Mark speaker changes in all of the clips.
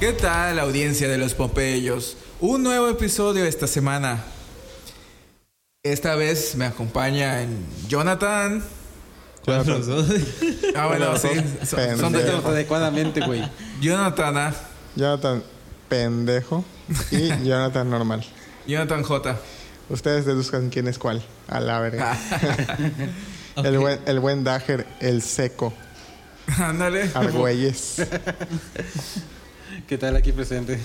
Speaker 1: ¿Qué tal, audiencia de los Pompeyos? Un nuevo episodio esta semana. Esta vez me acompaña en Jonathan.
Speaker 2: Claro, los dos.
Speaker 1: Ah, bueno, sí. Son, son de-
Speaker 2: Pendejo.
Speaker 3: adecuadamente, güey.
Speaker 1: Jonathan ah, A,
Speaker 2: Jonathan pendejo y Jonathan normal.
Speaker 1: Jonathan J.
Speaker 2: Ustedes deduzcan quién es cuál. A la verga. El buen, el buen Dager, el seco,
Speaker 1: Ándale.
Speaker 2: Argüelles.
Speaker 3: ¿Qué tal aquí presente?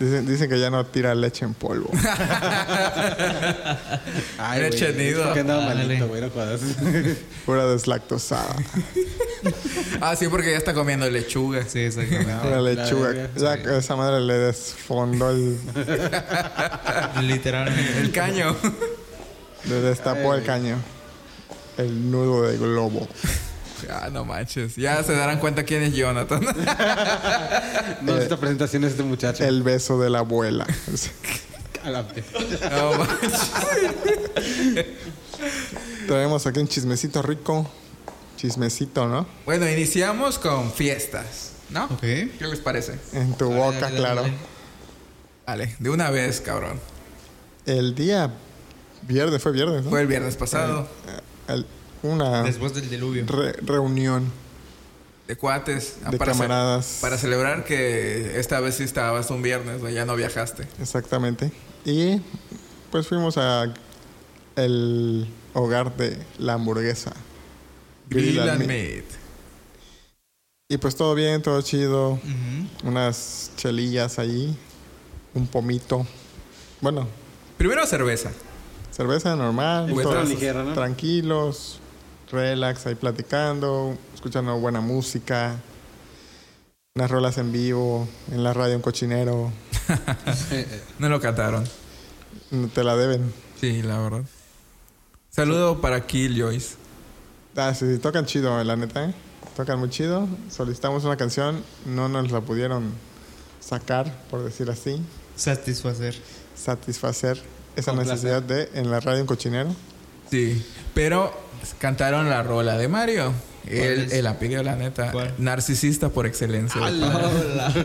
Speaker 2: Dicen, dicen que ya no tira leche en polvo.
Speaker 1: Ah,
Speaker 3: Ay,
Speaker 1: Leche
Speaker 3: güey,
Speaker 1: nido.
Speaker 3: es que andaba
Speaker 4: Ándale.
Speaker 3: malito, güey, no jodas.
Speaker 2: Pura deslactosada.
Speaker 1: Ah, sí, porque ya está comiendo lechuga.
Speaker 4: Sí, exactamente.
Speaker 2: Pura lechuga.
Speaker 3: verga.
Speaker 2: Ya que esa madre le desfondó el.
Speaker 4: Literalmente.
Speaker 1: El caño.
Speaker 2: Le destapó el caño. El nudo de globo.
Speaker 1: Ah, no manches. Ya se darán cuenta quién es Jonathan.
Speaker 3: No esta presentación es este muchacho.
Speaker 2: El beso de la abuela.
Speaker 3: A la vez.
Speaker 1: No manches.
Speaker 2: Tenemos aquí un chismecito rico. Chismecito, ¿no?
Speaker 1: Bueno, iniciamos con fiestas, ¿no?
Speaker 4: Ok.
Speaker 1: ¿Qué les parece?
Speaker 2: En tu boca,
Speaker 4: dale,
Speaker 2: claro.
Speaker 4: dale.
Speaker 1: Vale, de una vez, cabrón.
Speaker 2: El día viernes fue viernes, ¿no?
Speaker 1: Fue el viernes pasado. Ah.
Speaker 2: El- una
Speaker 4: Después del diluvio.
Speaker 2: re- reunión.
Speaker 1: De cuates. ah,
Speaker 2: De
Speaker 1: ce-
Speaker 2: camaradas.
Speaker 1: para celebrar que esta vez sí estabas un viernes, ¿no? ya no viajaste.
Speaker 2: Exactamente. Y pues fuimos a el hogar de la hamburguesa. Grill and Meat.
Speaker 1: Meat.
Speaker 2: Y pues todo bien, todo chido.
Speaker 4: Ujú.
Speaker 2: Unas chelillas ahí. Un pomito. Bueno,
Speaker 1: Primero cerveza.
Speaker 2: cerveza normal.
Speaker 1: Juguetazos.
Speaker 2: todo
Speaker 3: Ligero, ¿no?
Speaker 2: Tranquilos. Relax ahí platicando. Escuchando buena música. Unas rolas en vivo. En la radio un cochinero.
Speaker 3: Eh,
Speaker 1: No lo cataron.
Speaker 2: No Te la deben.
Speaker 1: Sí, la verdad. Saludo para Kill Joyce.
Speaker 2: Ah, sí, sí, tocan chido, la neta, ¿eh? Tocan muy chido. Solicitamos una canción, no nos la pudieron sacar, por decir así,
Speaker 4: Satisfacer.
Speaker 2: satisfacer esa
Speaker 3: Complacer.
Speaker 2: necesidad de en la radio un cochinero.
Speaker 1: Sí. Pero cantaron la rola de Mario. Él,
Speaker 4: es?
Speaker 1: él la pidió, la neta.
Speaker 4: ¿Cuál?
Speaker 1: Narcisista por excelencia.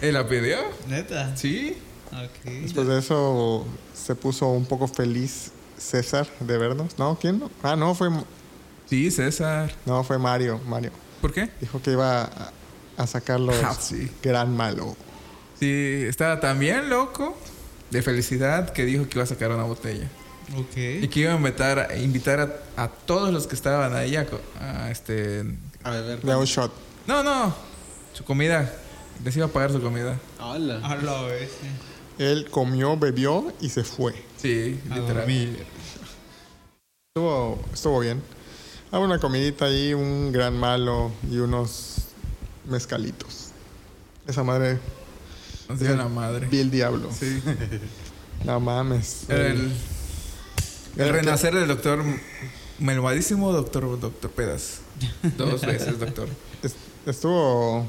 Speaker 1: ¿Él la pidió?
Speaker 4: Neta.
Speaker 1: Sí.
Speaker 4: Ok.
Speaker 2: Después de eso se puso un poco feliz César de vernos. No, ¿quién? no? Ah, no, fue
Speaker 1: Sí, César.
Speaker 2: no fue Mario, Mario.
Speaker 1: ¿Por qué?
Speaker 2: Dijo que iba a, a sacar los
Speaker 1: Ah, sí.
Speaker 2: gran malo.
Speaker 1: Sí, estaba también loco de felicidad que dijo que iba a sacar una botella. Y
Speaker 4: Ok.
Speaker 1: que iba a invitar, invitar a, a todos los que estaban ahí a, co- a este...
Speaker 3: A ver,
Speaker 2: De un shot.
Speaker 1: No, no. Su comida. Les iba a pagar su comida.
Speaker 3: Hola.
Speaker 4: A la vez. sí.
Speaker 2: Él comió, bebió y se fue.
Speaker 1: Sí,
Speaker 4: A
Speaker 1: literal.
Speaker 4: dormir.
Speaker 2: Estuvo, estuvo bien. Ah, una comidita ahí, un gran malo y unos mezcalitos. Esa madre,
Speaker 1: Nos dio la madre.
Speaker 2: vi el diablo.
Speaker 1: Sí.
Speaker 2: No mames.
Speaker 1: Era el, el
Speaker 2: Era
Speaker 1: renacer del doctor... Melvadísimo doctor, doctor Pedas. Dos veces, doctor.
Speaker 2: que es- Estuvo,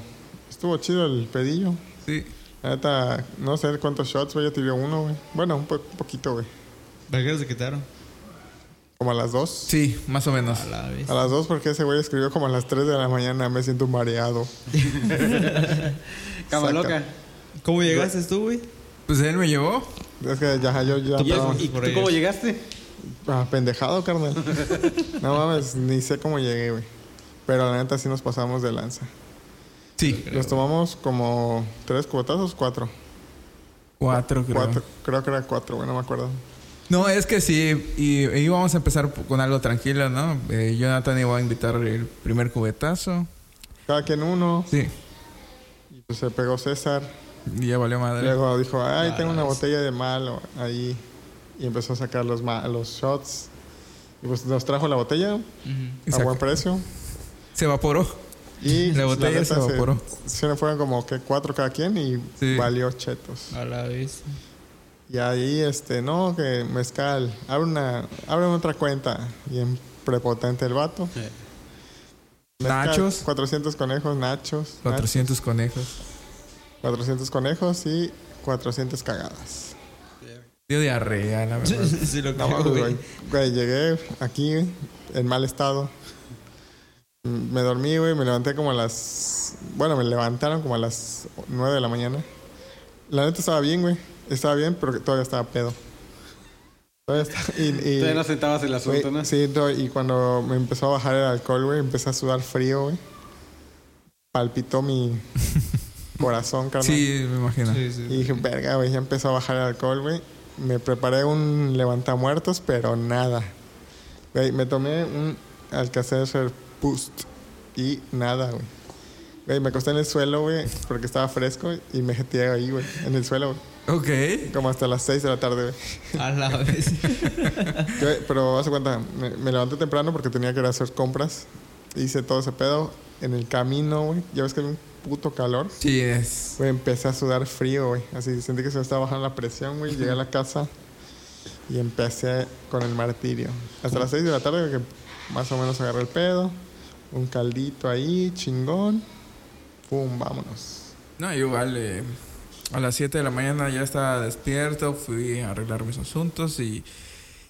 Speaker 2: estuvo chido el pedillo.
Speaker 1: Sí.
Speaker 2: La neta, no sé cuántos shots, güey. Yo tiré uno, güey. Bueno, un po- poquito, güey.
Speaker 4: ¿Para qué se quitaron?
Speaker 2: Como a las dos.
Speaker 1: Sí, más o menos.
Speaker 4: A la vez.
Speaker 2: A las dos porque ese güey escribió como a las tres de la mañana. Me siento mareado.
Speaker 3: Cama
Speaker 2: Saca.
Speaker 3: loca.
Speaker 4: ¿Cómo llegaste tú, güey?
Speaker 1: Pues él me llevó.
Speaker 2: Es que ya, yo ya...
Speaker 3: ¿Y,
Speaker 2: andaba-
Speaker 3: es- y
Speaker 4: por
Speaker 3: tú
Speaker 4: ellos.
Speaker 3: cómo llegaste?
Speaker 2: Ah, pendejado, carnal. no mames, ni sé cómo llegué, güey. Pero la neta sí nos pasamos de lanza.
Speaker 1: Sí. Eh.
Speaker 2: Nos tomamos como tres cubatazos, cuatro.
Speaker 1: Cuatro, creo.
Speaker 2: Cuatro, creo que era cuatro, bueno, no me acuerdo.
Speaker 1: No, es que sí, y, y vamos a empezar con algo tranquilo, ¿no? Eh, Jonathan iba a invitar el primer cubetazo.
Speaker 2: Cada quien uno,
Speaker 1: Sí,
Speaker 2: y pues se pegó César.
Speaker 1: y ya valió madre.
Speaker 2: Luego dijo, ay, tengo una botella de malo ahí. Y empezó a sacar los, ma- los shots. Y pues nos trajo la botella
Speaker 1: Y
Speaker 2: a
Speaker 1: saca-
Speaker 2: buen precio.
Speaker 1: Se evaporó.
Speaker 4: Ah,
Speaker 2: Y pues,
Speaker 1: La botella
Speaker 2: neta
Speaker 1: se
Speaker 2: se-
Speaker 1: evaporó.
Speaker 2: Se nos fueron como que cuatro cada quien y
Speaker 1: Sí.
Speaker 2: valió chetos.
Speaker 4: A la vez.
Speaker 2: Y ahí, este, no, que mezcal, abre una, abre otra cuenta. Bien prepotente el vato. Mezcal,
Speaker 1: Nachos.
Speaker 2: 400 conejos, nachos.
Speaker 1: 400 conejos.
Speaker 2: nach- 400 conejos y 400 cagadas.
Speaker 1: Dio diarrea, la verdad.
Speaker 4: Se lo
Speaker 2: No,
Speaker 4: cago,
Speaker 2: mames,
Speaker 4: güey.
Speaker 2: güey. Güey, llegué aquí en mal estado. Mm, Me dormí, güey, me levanté como a las... Bueno, me levantaron como a las 9 de la mañana. La neta estaba bien, güey. Estaba bien, pero que todavía estaba pedo. Todavía estaba... Y, y-
Speaker 3: Todavía no sentabas el
Speaker 2: güey,
Speaker 3: asunto, ¿no?
Speaker 2: sí, no, y cuando me empezó a bajar el alcohol, güey, empecé a sudar frío, güey. Palpitó mi corazón, carnal.
Speaker 1: Sí, me imagino.
Speaker 4: Sí, sí.
Speaker 2: Y dije, verga, güey, ya empezó a bajar el alcohol, güey. Me preparé un levantamuertos, pero nada. Güey, me tomé un Alcacer Boost y nada, güey. Güey, me acosté en el suelo, güey, porque estaba fresco y me jeteé ahí, güey, en el suelo, güey.
Speaker 1: Ok.
Speaker 2: Como hasta las 6 de la tarde, güey.
Speaker 4: A la vez.
Speaker 2: Yo- pero vas a cuenta, me, me levanté temprano porque tenía que ir a hacer compras. Hice todo ese pedo en el camino, güey. Ya ves que había un puto calor.
Speaker 1: Sí, es.
Speaker 2: Güey, empecé a sudar frío, güey. Así sentí que se me estaba bajando la presión, güey. Llegué a la casa y empecé con el martirio. Hasta las 6 de la tarde, que más o menos agarré el pedo. Un caldito ahí, chingón. Pum, vámonos.
Speaker 1: No, igual. eh, a las 7 de la mañana ya estaba despierto. Fui a arreglar mis asuntos y.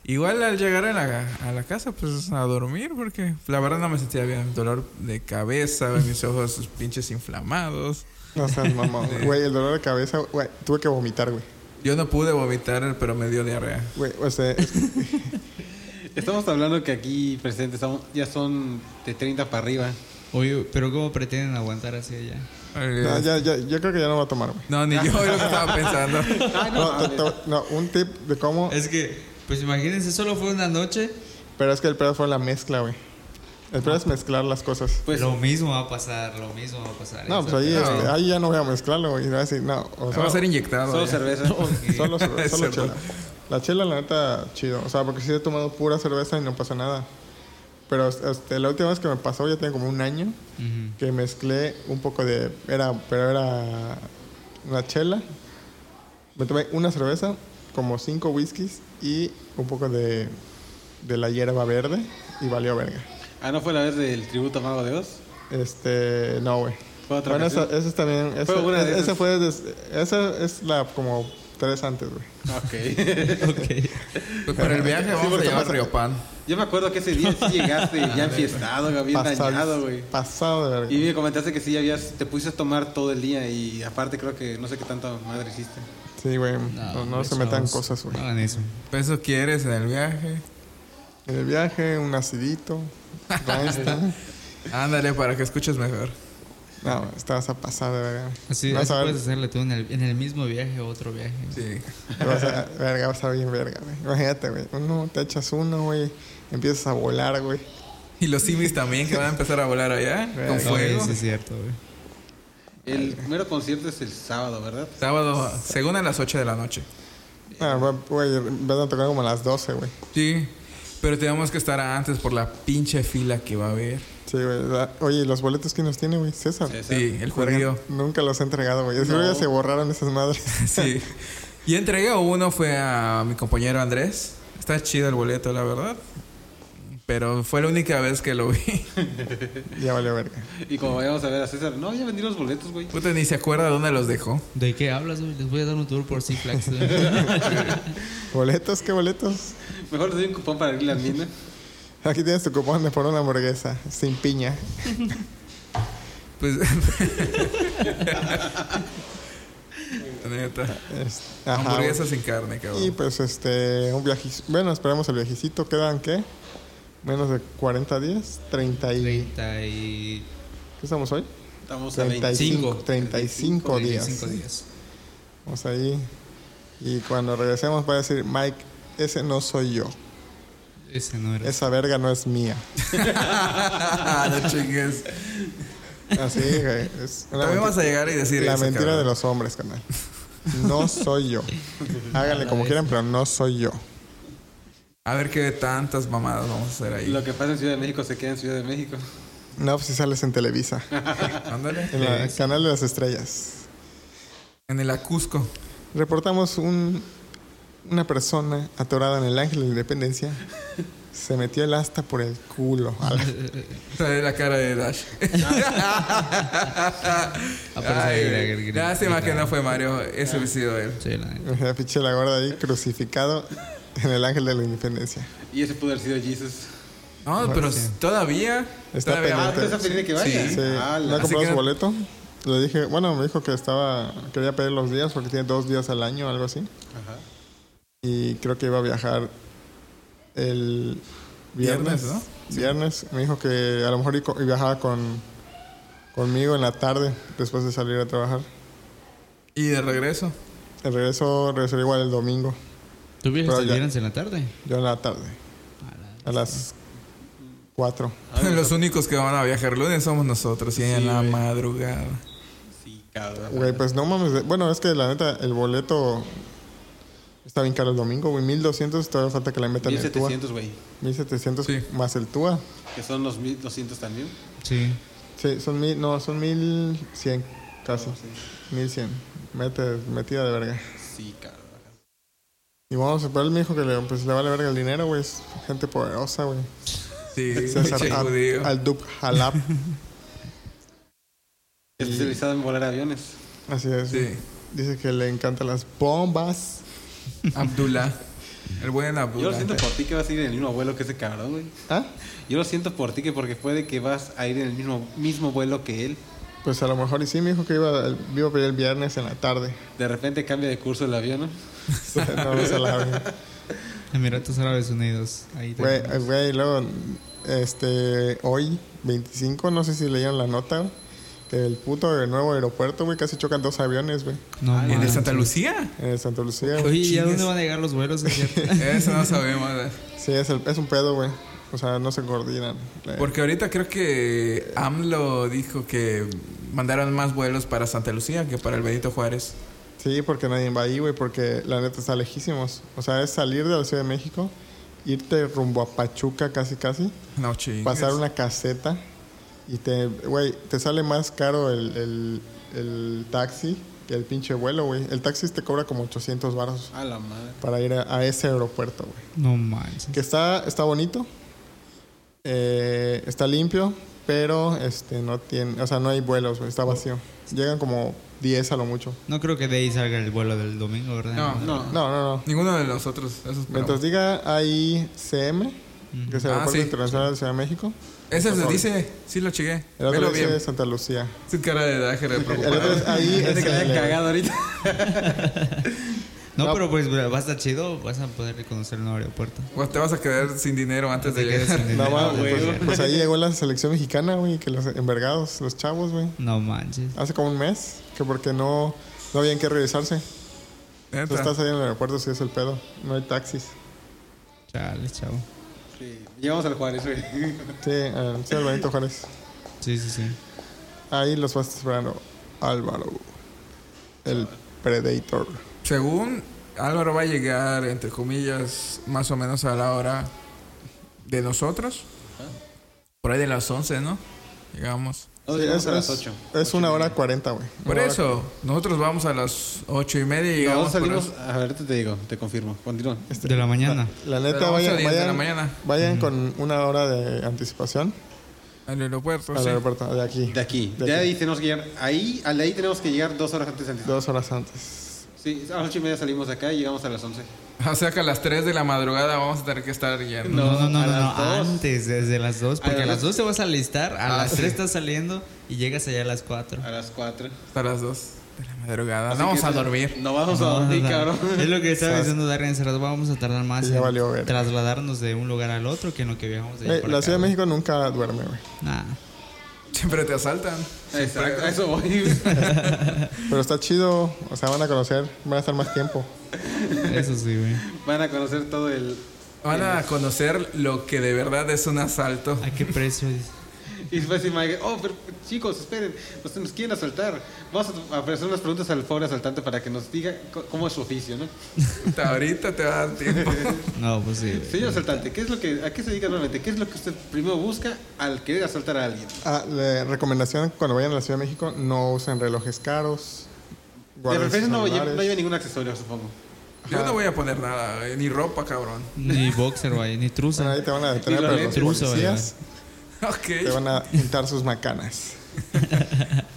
Speaker 1: Igual al llegar a la, a la casa, pues a dormir, porque la verdad no me sentía bien. Dolor de cabeza, mis ojos sus pinches inflamados.
Speaker 2: No seas mamón, güey. güey. El dolor de cabeza, güey. Tuve que vomitar, güey.
Speaker 1: Yo no pude vomitar, pero me dio diarrea.
Speaker 2: Güey, o sea, es-
Speaker 3: Estamos hablando que aquí presentes estamos- ya son de 30 para arriba.
Speaker 4: Oye, pero ¿cómo pretenden aguantar así allá?
Speaker 1: Eh,
Speaker 2: no, Ah, ya- ya- yo creo que ya no voy a tomar, güey.
Speaker 1: No, ni yo es lo que estaba pensando.
Speaker 3: Ah,
Speaker 2: No, te- te- no, un tip de cómo.
Speaker 4: Es que, pues imagínense, solo fue una noche.
Speaker 2: Pero es que el pedo fue la mezcla, güey. El pedo es mezclar las cosas.
Speaker 3: Pues
Speaker 4: lo mismo va a pasar, lo mismo va a pasar.
Speaker 2: No,
Speaker 4: Eso,
Speaker 2: pues ahí,
Speaker 4: pero-
Speaker 2: este, ahí ya no voy a mezclarlo, güey. Voy a decir, no, Ah, o
Speaker 1: Va a ser
Speaker 2: sea,
Speaker 1: inyectado.
Speaker 3: solo
Speaker 1: ya.
Speaker 3: cerveza.
Speaker 2: solo, solo
Speaker 1: Es cierto.
Speaker 2: chela. La chela, la neta, chido. O sea, porque sí he tomado pura cerveza y no pasa nada. Pero este, la última vez que me pasó, ya tengo como un año,
Speaker 4: Ujú.
Speaker 2: que mezclé un poco de... Era, pero era una chela. Me tomé una cerveza, como cinco whiskies y un poco de, de la hierba verde y valió verga.
Speaker 3: Ah, ¿no fue la vez del tributo a Mago de Oz?
Speaker 2: Este, no, güey.
Speaker 3: Fue otra
Speaker 2: Bueno, esa,
Speaker 3: ocasión.
Speaker 2: esa es también. Esa,
Speaker 3: Fue una de
Speaker 2: esa
Speaker 3: esas.
Speaker 2: fue. des- esa es la como tres antes, güey.
Speaker 3: Ok.
Speaker 4: Ok.
Speaker 1: Pues para el viaje vamos a
Speaker 2: porque
Speaker 1: llevar
Speaker 2: pasa-
Speaker 1: Río Pan.
Speaker 3: Yo me acuerdo que ese día sí llegaste ya enfiestado, güey, bien
Speaker 2: Pasado-
Speaker 3: dañado, güey.
Speaker 2: Pasado de verga.
Speaker 3: Y me comentaste que sí habías, te pusiste a tomar todo el día y aparte creo que no sé qué tanta madre hiciste.
Speaker 2: Sí, güey. No, no
Speaker 4: hombre,
Speaker 2: se metan
Speaker 4: chavos, Ah.
Speaker 2: cosas, güey.
Speaker 4: No hagan eso.
Speaker 1: Pues eso quieres en el viaje.
Speaker 2: En el viaje, un acidito. Reinstein.
Speaker 1: Ándale para que escuches mejor.
Speaker 2: no, güey, estabas a pasar de verga.
Speaker 4: Así,
Speaker 2: vas
Speaker 4: así
Speaker 2: a ver.
Speaker 4: puedes hacerle tú en el, en el mismo viaje o otro viaje.
Speaker 1: Sí.
Speaker 2: te Vas a, verga, vas a bien verga, güey. Imagínate, güey. Uno, te echas uno, güey. Empiezas a volar, güey.
Speaker 1: Y los simis también que van a empezar a volar allá con
Speaker 2: Verga.
Speaker 1: fuego.
Speaker 4: sí, es cierto, güey.
Speaker 3: El mero concierto es el sábado, ¿verdad?
Speaker 1: Sábado, según a las 8 de la noche.
Speaker 2: Ah, güey, güey, van a tocar como a las 12, güey.
Speaker 1: Sí. Pero tenemos que estar antes por la pinche fila que va a haber.
Speaker 2: Sí, güey. la- Oye, ¿los boletos quién los tiene, güey? César.
Speaker 3: César.
Speaker 1: Sí, el
Speaker 2: Verga,
Speaker 1: judío.
Speaker 2: Nunca los he entregado, güey. Seguro ya se borraron esas madres.
Speaker 1: Sí. Y entregué uno, fue a mi compañero Andrés. Está chido el boleto, la verdad. Pero fue la única vez que lo vi.
Speaker 2: Ya valió verga.
Speaker 3: Y como vayamos a ver a César, no, ya vendí los boletos, güey.
Speaker 1: Puta, ni se acuerda dónde los dejó.
Speaker 4: ¿De qué hablas, güey? Les voy a dar un tour por Six Flags. güey.
Speaker 2: ¿Boletos? ¿Qué boletos?
Speaker 3: Mejor te doy un cupón para ir a la mina.
Speaker 2: Aquí tienes tu cupón de por una hamburguesa, sin piña.
Speaker 1: Pues. Neta.
Speaker 2: Es- ajá,
Speaker 1: Hamburguesas
Speaker 2: güey.
Speaker 1: sin carne, cabrón.
Speaker 2: Y pues este, un viaje. Bueno, esperemos el viajecito. ¿Quedan qué? Menos de 40 días. 30 y.
Speaker 4: 30 y
Speaker 2: ¿Qué estamos hoy?
Speaker 3: Estamos a 20.
Speaker 2: 35. 35,
Speaker 4: 35
Speaker 2: días.
Speaker 4: días.
Speaker 2: Vamos ahí. Y cuando regresemos va a decir, Mike, ese no soy yo.
Speaker 4: Ese no era.
Speaker 2: Esa verga no es mía.
Speaker 1: no chingues.
Speaker 2: Así, güey. Es una
Speaker 1: También
Speaker 2: menti-
Speaker 1: vas a llegar y decir
Speaker 2: la
Speaker 1: eso,
Speaker 2: mentira
Speaker 1: cabrón.
Speaker 2: de los hombres, canal. No soy yo. Háganle como quieran, pero no soy yo.
Speaker 1: A ver qué tantas mamadas vamos a hacer ahí.
Speaker 3: Lo que pasa en Ciudad de México se queda en Ciudad de México.
Speaker 2: No, pues si sales en Televisa.
Speaker 1: Ándale.
Speaker 2: En el canal de las estrellas.
Speaker 1: En el acusco.
Speaker 2: Reportamos un, una persona atorada en el Ángel de la Independencia. Se metió el asta por el culo.
Speaker 1: Trae la cara de Dash.
Speaker 4: pero
Speaker 1: Ay,
Speaker 4: sí,
Speaker 1: güey.
Speaker 4: gr- gr-
Speaker 1: Lástima
Speaker 4: gr-
Speaker 1: que no fue Mario. Ese hubiera sido él.
Speaker 4: Sí, la neta.
Speaker 2: Me piché la gorda ahí crucificado en el Ángel de la Independencia.
Speaker 3: Y ese pudo haber sido Jesus.
Speaker 1: No, pero todavía.
Speaker 2: Está
Speaker 1: todavía
Speaker 3: Ah,
Speaker 2: pendiente.
Speaker 3: ¿tú estás feliz de que vaya? Ah,
Speaker 1: Sí. Ah,
Speaker 2: Sí,
Speaker 3: Ala.
Speaker 2: no
Speaker 1: Así
Speaker 2: compró
Speaker 1: que
Speaker 2: su
Speaker 1: no-
Speaker 2: boleto. Le dije, bueno, me dijo que estaba, quería pedir los días porque tiene dos días al año, algo así.
Speaker 3: Ajá.
Speaker 2: Y creo que iba a viajar el
Speaker 1: Viernes,
Speaker 2: viernes.
Speaker 1: ¿no?
Speaker 2: Viernes. Me dijo que a lo mejor y co- y viajaba con, conmigo en la tarde después de salir a trabajar.
Speaker 1: Y de regreso.
Speaker 2: El regreso regresaría igual el domingo,
Speaker 4: ¿Tú vienes
Speaker 2: Pero
Speaker 4: el
Speaker 2: ya-
Speaker 4: viernes en la tarde?
Speaker 2: yo en la tarde, a las 4.
Speaker 3: Ah,
Speaker 1: Los únicos que van a viajar lunes somos nosotros. Y en la madrugada.
Speaker 3: Sí, cabrón.
Speaker 2: Güey, pues no mames. de- Bueno, es que la neta, el boleto está bien caro el domingo, güey. 1200, todavía falta que le metan el TUA.
Speaker 3: 1700, güey.
Speaker 2: 1700
Speaker 1: Sí.
Speaker 2: más el TUA.
Speaker 3: Que son los 1200 también.
Speaker 4: Sí.
Speaker 2: Sí, son mil, no, son 1100 casi. 1100. Mete, metida de verga.
Speaker 3: Sí, cabrón.
Speaker 2: Y vamos, pero él me dijo que le, pues, le vale verga el dinero, güey. Es gente poderosa, güey.
Speaker 1: Sí,
Speaker 2: César
Speaker 1: pinche
Speaker 2: Ab-
Speaker 1: judío.
Speaker 2: Abdul Jalab.
Speaker 3: Especializado en volar aviones.
Speaker 2: Así es.
Speaker 1: Sí.
Speaker 2: Dice que le encantan las bombas.
Speaker 1: Abdullah. El buen
Speaker 3: Yo lo
Speaker 1: Abdullah.
Speaker 3: siento por ti que vas a ir en el mismo vuelo que ese cabrón, güey.
Speaker 2: ¿Ah?
Speaker 3: Yo lo siento por ti que porque puede que vas a ir en el mismo, mismo vuelo que él.
Speaker 2: Pues a lo mejor y sí, me dijo que iba, el- iba a pedir el viernes en la tarde.
Speaker 3: De repente cambia de curso el avión, ¿no?
Speaker 2: no, no se la abren.
Speaker 4: Emiratos Árabes Unidos. Ahí te-
Speaker 2: Güey, eh, güey, luego, este, hoy, 25, no sé si leyeron la nota, güey, que el puto de nuevo aeropuerto, güey, casi chocan dos aviones, güey,
Speaker 4: No,
Speaker 3: Ah,
Speaker 1: ¿En el
Speaker 4: manches.
Speaker 1: Santa Lucía?
Speaker 2: en el Santa Lucía. güey.
Speaker 4: Oye, ¿y a
Speaker 1: Chingues.
Speaker 4: dónde van a llegar los vuelos? es cierto?
Speaker 1: Eso no sabemos.
Speaker 2: Sí, es, el- es un pedo, güey. O sea, no se coordinan. Eh,
Speaker 1: Porque ahorita creo que AMLO dijo que mandaron más vuelos para Santa Lucía que para el Benito Juárez.
Speaker 2: Sí, porque nadie va ahí, güey, porque la neta está lejísimos. O sea, es salir de la Ciudad de México, irte rumbo a Pachuca casi casi,
Speaker 1: No, chingues.
Speaker 2: pasar una caseta y te, güey, te sale más caro el, el, el taxi que el pinche vuelo, güey. El taxi te cobra como 800 baros
Speaker 3: A la madre.
Speaker 2: para ir a, a ese aeropuerto, güey.
Speaker 4: No manches.
Speaker 2: Que está, está bonito, eh, está limpio, pero este no tiene, o sea, no hay vuelos, güey, está vacío. Llegan como 10 a lo mucho.
Speaker 4: No creo que de ahí salga el vuelo del domingo, ¿verdad?
Speaker 1: No.
Speaker 3: No.
Speaker 2: No, no, no.
Speaker 1: Ninguno de nosotros. Eso esperamos.
Speaker 2: Mientras diga AICM, que es el
Speaker 1: Ah,
Speaker 2: Aeropuerto
Speaker 1: sí.
Speaker 2: Internacional de Ciudad de México,
Speaker 1: Ese se dice. Sí, lo chegué.
Speaker 2: el otro
Speaker 1: Velo
Speaker 2: dice
Speaker 1: bien.
Speaker 2: Santa Lucía.
Speaker 1: Su cara de Dajer de
Speaker 2: El otro es
Speaker 1: preocupado.
Speaker 3: Ya te quedé
Speaker 2: AISL.
Speaker 3: cagado ahorita.
Speaker 4: No,
Speaker 2: No.
Speaker 4: pero pues va a estar chido. Vas a poder reconocer el nuevo aeropuerto.
Speaker 1: O Pues te vas a quedar sin dinero antes de
Speaker 4: Te quedas sin
Speaker 1: llegar.
Speaker 2: No,
Speaker 4: dinero.
Speaker 2: va,
Speaker 3: güey.
Speaker 2: pues, pues ahí llegó la selección mexicana, güey, que los envergados, los chavos, güey.
Speaker 4: No manches.
Speaker 2: Hace como un mes, que porque no, no habían que regresarse. Tú
Speaker 1: Neta.
Speaker 2: estás ahí en el aeropuerto, si es el pedo. No hay taxis.
Speaker 4: Chale, chavo.
Speaker 3: Sí. Llegamos al Juárez, güey.
Speaker 2: Sí, al señor Benito Juárez.
Speaker 4: Sí, sí, sí.
Speaker 2: Ahí los vas esperando. Álvaro, el Predator.
Speaker 1: Según Álvaro va a llegar, entre comillas, más o menos a la hora de nosotros. Por ahí de las 11, ¿no? Llegamos.
Speaker 3: No,
Speaker 2: Sí,
Speaker 3: llegamos
Speaker 2: es,
Speaker 3: a las
Speaker 2: es-
Speaker 3: 8.
Speaker 2: es una hora cuarenta, güey.
Speaker 1: Por
Speaker 2: Una hora
Speaker 1: eso, nosotros vamos a las 8 y media y Eh, llegamos.
Speaker 3: Nosotros
Speaker 1: por
Speaker 3: salimos.
Speaker 1: eso.
Speaker 3: A ver, ahorita te digo, te confirmo. Continúa.
Speaker 2: Este,
Speaker 4: De la mañana.
Speaker 2: La
Speaker 1: De
Speaker 2: neta,
Speaker 1: las 11 a
Speaker 2: vayan,
Speaker 1: 10 de la
Speaker 2: vayan,
Speaker 1: mañana
Speaker 2: vayan con una hora de anticipación
Speaker 1: al aeropuerto.
Speaker 2: al
Speaker 1: Pues sí.
Speaker 2: aeropuerto de aquí.
Speaker 3: De aquí.
Speaker 2: De
Speaker 3: De
Speaker 2: aquí.
Speaker 3: ahí tenemos que llegar. Ahí, al de ahí tenemos que llegar dos horas antes de
Speaker 2: Dos horas antes.
Speaker 3: Sí, a las 8 y media salimos de acá y llegamos a las 11.
Speaker 1: O sea que a las 3 de la madrugada vamos a tener que estar ya.
Speaker 4: No, no, no,
Speaker 3: a
Speaker 4: no, no,
Speaker 3: las dos.
Speaker 4: antes, desde las 2, porque
Speaker 3: A
Speaker 4: a
Speaker 3: las
Speaker 4: las 2 te vas a listar, a
Speaker 1: Ah,
Speaker 4: las
Speaker 1: sí.
Speaker 4: 3 estás saliendo y llegas allá a las 4.
Speaker 2: Ah,
Speaker 3: A las 4.
Speaker 1: Hasta las 2 de la madrugada. no vamos a dormir.
Speaker 3: No vamos a dormir, cabrón.
Speaker 4: Es lo que estaba diciendo Darren hace rato, vamos a tardar más
Speaker 2: Ya
Speaker 4: en
Speaker 2: valió verga.
Speaker 4: trasladarnos de un lugar al otro que en lo que viajamos de allá
Speaker 2: Eh,
Speaker 4: para
Speaker 2: la
Speaker 4: acá,
Speaker 2: Ciudad de
Speaker 4: güey.
Speaker 2: México nunca duerme, güey.
Speaker 4: Nah.
Speaker 1: Siempre te asaltan.
Speaker 3: Exacto, a eso voy.
Speaker 2: Pero está chido, o sea, van a conocer, van a estar más tiempo.
Speaker 4: Eso sí, güey.
Speaker 3: Van a conocer todo el.
Speaker 1: Van a conocer lo que de verdad es un asalto.
Speaker 4: ¿A qué precio? Dice.
Speaker 3: Y después si Mike, oh, pero, chicos, esperen, nos, nos quieren asaltar. Vamos a- a hacer unas preguntas al pobre asaltante para que nos diga co- cómo es su oficio, ¿no?
Speaker 1: Hasta ahorita te va a dar tiempo.
Speaker 4: No, pues sí. güey.
Speaker 3: Señor asaltante, ¿qué es lo que, ¿a qué se dedica normalmente? ¿Qué es lo que usted primero busca al querer asaltar a alguien?
Speaker 2: Ah, la recomendación cuando vayan a la Ciudad de México, no usen relojes caros.
Speaker 3: De
Speaker 2: guarden sus
Speaker 3: repente no, lleva-
Speaker 2: celulares.
Speaker 3: no lleva ningún accesorio, supongo.
Speaker 1: Yo no voy a poner nada, güey, ni ropa, cabrón.
Speaker 4: Ni boxer, güey,
Speaker 2: Bueno, ahí
Speaker 4: ni truza.
Speaker 2: te van a detener,
Speaker 3: Y los
Speaker 2: pero los
Speaker 4: lentes.
Speaker 2: policías te
Speaker 1: Ok.
Speaker 2: van a pintar sus macanas.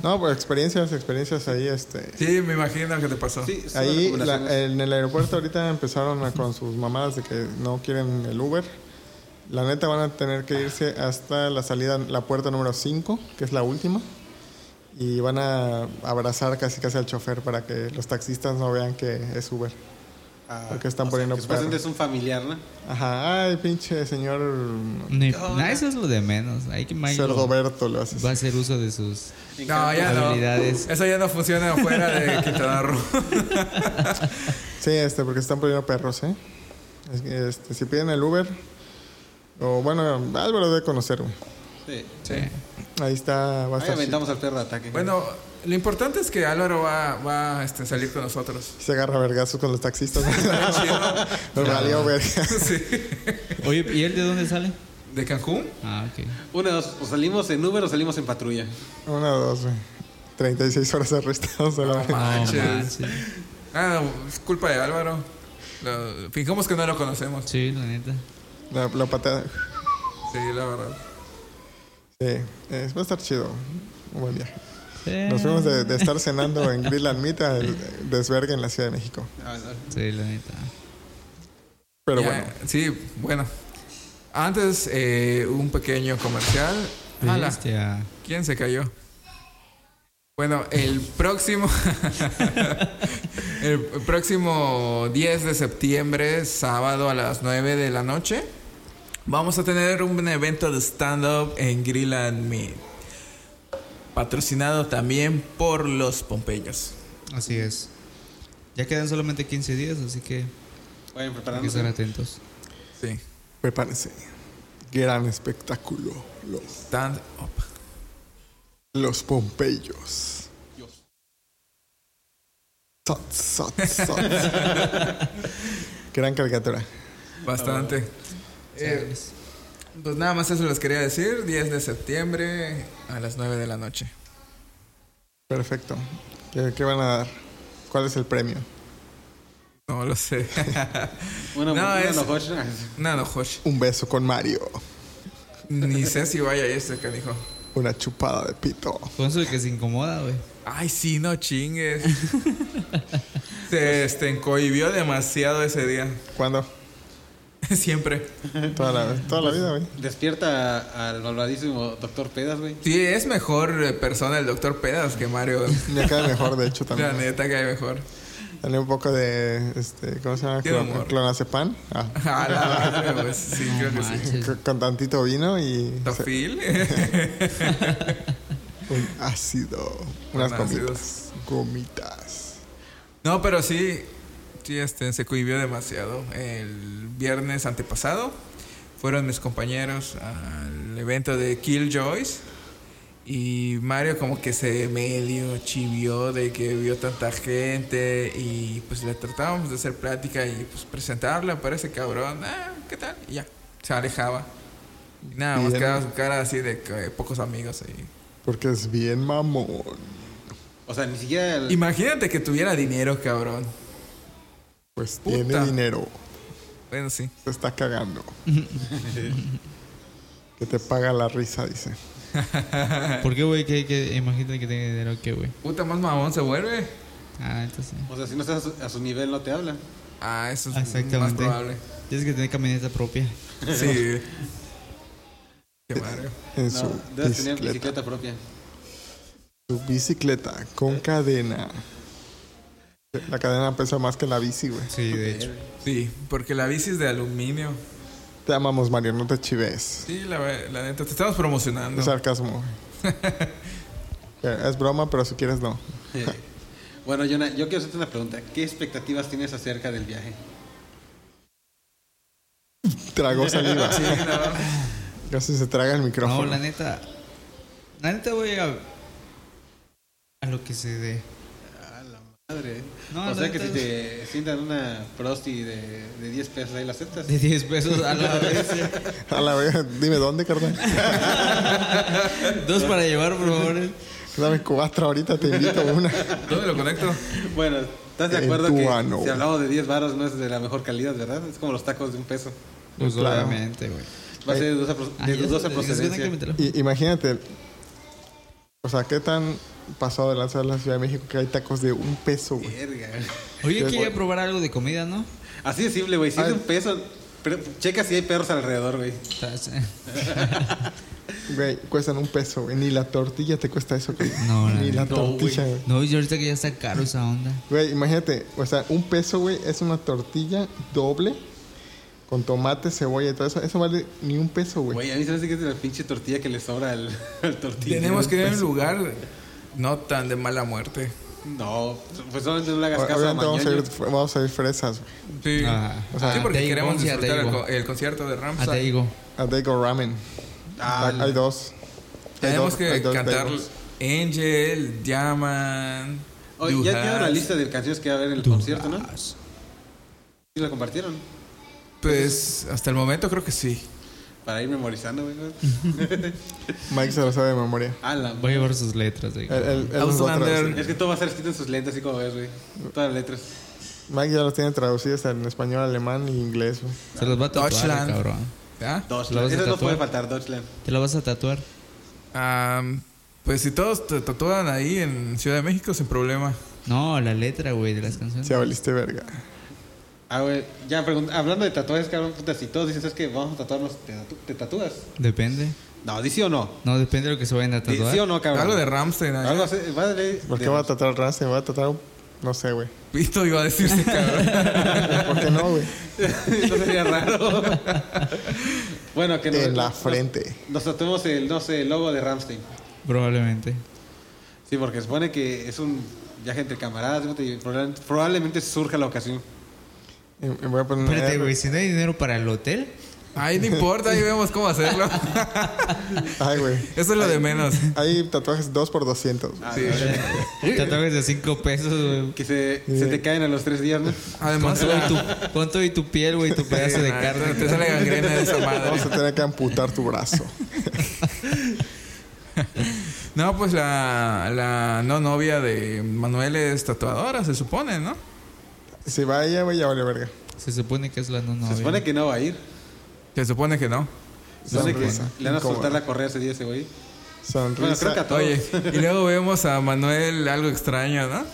Speaker 2: No, por experiencias, experiencias ahí, este...
Speaker 1: Sí, me imagino que te pasó.
Speaker 3: Sí, son
Speaker 2: Ah, Ahí la- eh,
Speaker 3: recomendaciones.
Speaker 2: en el aeropuerto ahorita empezaron a- con sus mamadas de que no quieren el Uber. La neta van a tener que irse hasta la salida, la puerta número 5, que es la última. Y van a abrazar casi casi al chofer para que los taxistas no vean que es Uber.
Speaker 3: Ah,
Speaker 2: porque están
Speaker 3: o sea,
Speaker 2: poniendo
Speaker 3: que supuestamente
Speaker 2: perro.
Speaker 3: es un familiar, ¿no?
Speaker 2: Ajá, ay, pinche señor
Speaker 4: Ni, nah, eso es lo de menos. Hay que Mike lo-
Speaker 2: Cerdoberto lo haces.
Speaker 4: va a hacer uso de sus.
Speaker 3: En
Speaker 1: No,
Speaker 3: cambio-
Speaker 1: ya no.
Speaker 4: Habilidades.
Speaker 1: Eso ya no funciona afuera de Quintana Roo.
Speaker 2: Sí, este, porque están poniendo perros, ¿eh? Es que, Este, si piden el Uber, o bueno, Álvaro debe conocer, güey.
Speaker 3: Sí.
Speaker 1: Sí.
Speaker 2: Ahí está, va a
Speaker 3: Ahí
Speaker 2: estar
Speaker 3: aventamos al perro de ataque.
Speaker 1: Bueno, lo importante es que Álvaro va, va a este, salir con nosotros.
Speaker 2: chido. Se agarra a vergazos con los taxistas.
Speaker 1: Chido.
Speaker 2: Nos valió verga.
Speaker 1: Sí.
Speaker 4: Oye, ¿y él de dónde sale?
Speaker 1: ¿De Cancún?
Speaker 4: Ah, ok.
Speaker 3: Una, de dos, o salimos en Uber o salimos en patrulla.
Speaker 2: Una, dos, güey. 36 horas arrestados a la
Speaker 1: No
Speaker 2: vez.
Speaker 4: No
Speaker 1: manches.
Speaker 4: manches.
Speaker 1: Ah, no, es culpa de Álvaro. Lo- fingimos que no lo conocemos.
Speaker 4: Sí, la neta.
Speaker 2: La, la patada.
Speaker 1: Sí, la verdad.
Speaker 2: Sí, es- va a estar chido. Un buen viaje.
Speaker 1: Eh.
Speaker 4: Sí.
Speaker 2: Nos fuimos de, de estar cenando en Greenland Mita, el desvergue en la Ciudad de México.
Speaker 3: Ah, no.
Speaker 4: Sí, la neta.
Speaker 2: Pero
Speaker 1: Ya,
Speaker 2: bueno,
Speaker 1: Sí, bueno. Antes, eh, un pequeño comercial. Ala,
Speaker 4: Bestia.
Speaker 1: ¿Quién se cayó? Bueno, el próximo. el próximo 10 de septiembre, sábado a las 9 de la noche, vamos a tener un evento de stand-up en Grill and Meat. Patrocinado también por los Pompeyos.
Speaker 4: Así es. Ya quedan solamente 15 días, así que
Speaker 3: Vayan
Speaker 4: hay que estar
Speaker 3: preparándose.
Speaker 4: atentos.
Speaker 1: Sí.
Speaker 2: prepárense. Gran espectáculo. Los,
Speaker 1: Stand-up.
Speaker 2: los Pompeyos.
Speaker 3: Dios.
Speaker 2: Sot, sot, sot. Gran caricatura.
Speaker 1: Bastante. Eh,
Speaker 4: Sabes.
Speaker 1: Pues nada más eso les quería decir. 10 de septiembre a las 9 de la noche.
Speaker 2: Perfecto. ¿Qué, qué van a dar? ¿Cuál es el premio?
Speaker 1: No lo sé. No,
Speaker 3: Una, una
Speaker 1: es-
Speaker 3: nojocha.
Speaker 1: Nada, no, Josh.
Speaker 2: Un beso con Mario.
Speaker 1: Ni sé si vaya este canijo.
Speaker 2: Una chupada de pito.
Speaker 4: Con eso de que se incomoda, güey.
Speaker 1: Ay, sí, no chingues. Se este, encohibió demasiado ese día.
Speaker 2: ¿Cuándo?
Speaker 1: Siempre.
Speaker 2: Toda la, toda la vida, güey.
Speaker 3: Despierta al malvadísimo doctor Pedas, güey.
Speaker 1: Sí, es mejor eh, persona el doctor Pedas que Mario.
Speaker 2: Me cae mejor, de hecho,
Speaker 1: La
Speaker 2: también.
Speaker 1: neta que hay mejor.
Speaker 2: Dale un poco de, este, ¿cómo se llama?
Speaker 1: Tiene
Speaker 2: Clon-
Speaker 1: humor.
Speaker 2: clonazepam. Ah.
Speaker 1: A la madre, pues. Sí, creo que sí.
Speaker 4: Manches.
Speaker 2: C- Con tantito vino y
Speaker 1: Tofil.
Speaker 2: un ácido. Unas
Speaker 1: Con
Speaker 2: gomitas. Gomitas.
Speaker 1: No, pero sí, sí, este, se cohibió demasiado. El viernes antepasado fueron mis compañeros al evento de Killjoys y Mario como que se medio chivió de que vio tanta gente y pues le tratábamos de hacer plática y pues presentarla para ese cabrón. Ah, ¿qué tal? Y ya, se alejaba. Y nada, más
Speaker 2: Bien.
Speaker 1: quedaba su cara así de que eh, pocos amigos ahí.
Speaker 2: Porque es bien mamón.
Speaker 3: O sea, ni siquiera el-
Speaker 1: Imagínate que tuviera dinero, cabrón.
Speaker 2: Pues
Speaker 1: Puta.
Speaker 2: tiene dinero.
Speaker 1: Bueno, sí.
Speaker 2: Se está cagando. que te paga la risa, dice.
Speaker 4: ¿Por qué, güey? ¿Qué, qué? Imagínate que tiene dinero, ¿qué, güey?
Speaker 1: Puta, más mamón se vuelve.
Speaker 4: Ah, entonces.
Speaker 3: O sea, si no estás a su, a su nivel, no te habla.
Speaker 1: Ah, eso es más
Speaker 4: Exactamente.
Speaker 1: probable.
Speaker 4: Tienes que tener camioneta propia.
Speaker 1: Sí. Qué madre.
Speaker 2: En
Speaker 3: No,
Speaker 2: su
Speaker 3: debes tener
Speaker 2: bicicleta.
Speaker 3: bicicleta propia.
Speaker 2: Su bicicleta con cadena. La cadena pesa más que la bici, güey.
Speaker 4: Sí, de hecho.
Speaker 1: Sí, porque la bici es de aluminio.
Speaker 2: Te amamos, Mario, no te chives.
Speaker 1: Sí, la, ve- la neta, te estamos promocionando.
Speaker 2: Es sarcasmo. güey. Eh, es broma, pero si quieres no.
Speaker 3: Eh, Bueno, Jonah, yo quiero hacerte una pregunta. ¿Qué expectativas tienes acerca del viaje?
Speaker 2: Tragó saliva. Casi se traga el
Speaker 4: No,
Speaker 2: micrófono.
Speaker 4: la neta. La neta, güey, a, a lo que se dé.
Speaker 3: A la madre.
Speaker 4: No,
Speaker 3: o
Speaker 4: la
Speaker 3: sea que si
Speaker 4: neta
Speaker 3: te sientan una prosti de, de 10 pesos, ahí la aceptas.
Speaker 4: De 10 pesos a la vez.
Speaker 2: A la vez, dime dónde, carnal.
Speaker 4: Dos para llevar, por favor.
Speaker 2: Dame cuatro ahorita, te invito una.
Speaker 1: ¿Dónde lo conecto?
Speaker 3: Bueno, ¿estás de
Speaker 2: En
Speaker 3: acuerdo
Speaker 2: tu
Speaker 3: que
Speaker 2: ano.
Speaker 3: si hablamos de 10 varos no es de la mejor calidad, verdad? Es como los tacos de un peso.
Speaker 4: Pues
Speaker 2: Claro.
Speaker 4: obviamente, güey.
Speaker 3: Va a ser de dudosa, pro-
Speaker 4: Ah,
Speaker 3: de
Speaker 4: ya,
Speaker 3: dudosa
Speaker 4: desconecta mi
Speaker 3: procedencia.
Speaker 4: teléfono.
Speaker 2: Y, imagínate, o sea, qué tan pasado de lanza es la Ciudad de México que hay tacos de un peso, güey.
Speaker 3: Verga.
Speaker 4: Oye, quería probar algo de comida, ¿no?
Speaker 3: Así de simple, güey. Si es de un peso, pero checa si hay perros alrededor, güey.
Speaker 4: Estás- eh.
Speaker 2: Güey, cuestan un peso, güey. Ni la tortilla te cuesta eso, güey.
Speaker 4: No, la
Speaker 2: Ni la
Speaker 3: neta. No, güey.
Speaker 2: tortilla, güey.
Speaker 4: No, y ahorita que ya está caro esa onda.
Speaker 2: Güey, imagínate, o sea, un peso, güey, es una tortilla doble con tomate, cebolla y todo eso. Eso vale ni un peso, güey.
Speaker 3: Güey, a mí se me hace que es de la pinche tortilla que le sobra al, al tortilla.
Speaker 1: Tenemos
Speaker 4: pues.
Speaker 1: que ir a un lugar no tan de mala muerte.
Speaker 3: No, pues solamente no le hagas caso a
Speaker 2: Obviamente vamos a,
Speaker 3: Mañoño.
Speaker 2: ir, vamos a ir fresas, güey.
Speaker 1: Sí.
Speaker 4: Ah.
Speaker 1: sí,
Speaker 4: Ah,
Speaker 1: porque
Speaker 4: Daigo,
Speaker 1: queremos
Speaker 4: sí, a
Speaker 1: disfrutar el,
Speaker 4: Daigo.
Speaker 1: co- el concierto de
Speaker 4: Ah, te
Speaker 1: Ramsay.
Speaker 4: digo.
Speaker 2: A Dago Ramen.
Speaker 3: Ah,
Speaker 2: hay dos. Hay
Speaker 1: Tenemos
Speaker 2: dos- hay
Speaker 1: que
Speaker 2: dos
Speaker 1: cantar
Speaker 2: Daigos.
Speaker 1: Angel, Diamond.
Speaker 3: Oye,
Speaker 1: Do
Speaker 3: ya tiene una
Speaker 1: Has.
Speaker 3: lista de canciones que va a haber en el concierto, ¿no?
Speaker 4: Ah,
Speaker 3: Y la compartieron.
Speaker 1: Pues hasta el momento creo que sí.
Speaker 3: Para ir memorizando, güey.
Speaker 2: Mike se lo sabe de memoria.
Speaker 3: Ah, la
Speaker 4: Voy a llevar sus letras, güey.
Speaker 2: Él, él- él nos va a
Speaker 1: Auslander.
Speaker 2: traducir.
Speaker 3: Es que todo va a ser escrito en sus lentes, así como ves, güey. Todas las letras.
Speaker 2: Mike ya los tiene traducidos en español, alemán y inglés, güey.
Speaker 4: Se los va a tatuar, el
Speaker 1: Deutschland.
Speaker 4: cabrón.
Speaker 1: ¿Ah?
Speaker 4: ¿Lo
Speaker 3: Deutschland.
Speaker 4: vas a
Speaker 3: Eso no
Speaker 4: tatuar?
Speaker 3: puede faltar, Deutschland.
Speaker 4: ¿Te lo vas a tatuar?
Speaker 1: Am, pues si todos te tatúan ahí en Ciudad de México sin problema.
Speaker 4: No, la letra, güey, de las canciones.
Speaker 2: Se valiste verga.
Speaker 3: Ah, güey. Ya, pregun- hablando de tatuajes, cabrón, puta, si todos dicen, ¿sabes qué? Vamos a tatuarnos, te, tatu- te tatúas.
Speaker 4: Depende.
Speaker 3: No, ¿di sí o no?
Speaker 4: No, depende de lo que se vayan a
Speaker 3: Di
Speaker 4: tatuar.
Speaker 3: sí o no, cabrón.
Speaker 1: Algo de Ramstein. ¿ah?
Speaker 3: Algo así, va a leer-
Speaker 2: ¿Por qué
Speaker 3: de-
Speaker 2: va a tratar al Ramsey? ¿Va a tratar un... No sé, güey.
Speaker 1: Visto iba a decirse, cabrón.
Speaker 2: ¿Por qué no, güey?
Speaker 3: no sería raro. bueno, que
Speaker 1: Eh,
Speaker 2: En la frente.
Speaker 3: Nos, nos tatuemos el, no sé, el logo de Ramstein.
Speaker 4: Probablemente.
Speaker 3: Sí, porque se supone que es un viaje entre camaradas ¿no? y probablemente, probablemente surja la ocasión.
Speaker 2: Y- y voy a poner...
Speaker 4: Espérate, güey, si no hay dinero para el hotel,
Speaker 1: Ahí no importa, ahí vemos cómo hacerlo.
Speaker 2: Ay, güey.
Speaker 1: Eso es lo de menos.
Speaker 2: Hay tatuajes 2 por 200
Speaker 3: Ah,
Speaker 2: güey.
Speaker 1: Sí.
Speaker 4: tatuajes de 5 pesos, güey.
Speaker 3: Que se, se te caen a los tres días, ¿no?
Speaker 4: Con
Speaker 1: Además,
Speaker 4: todo y
Speaker 1: la-
Speaker 4: tu- Con todo y tu piel, güey, tu pedazo de
Speaker 1: Ah,
Speaker 4: carne.
Speaker 1: Te sale gangrena de esa
Speaker 2: Vamos a
Speaker 1: madre.
Speaker 2: tener que amputar tu brazo.
Speaker 1: No, pues la, la no novia de Manuel es tatuadora, se supone, ¿no?
Speaker 2: Si va ella, güey, ya vale verga.
Speaker 4: Se supone que es la no novia.
Speaker 3: se supone que no va a ir.
Speaker 1: Se supone que no.
Speaker 3: Se supone que
Speaker 2: Sonrisa.
Speaker 3: le van a
Speaker 2: Incómoda.
Speaker 3: soltar la correa ese día a ese güey. Bueno, creo que
Speaker 2: Sonrisa.
Speaker 3: a todos.
Speaker 1: Oye, y luego vemos a Manuel algo extraño, ¿no?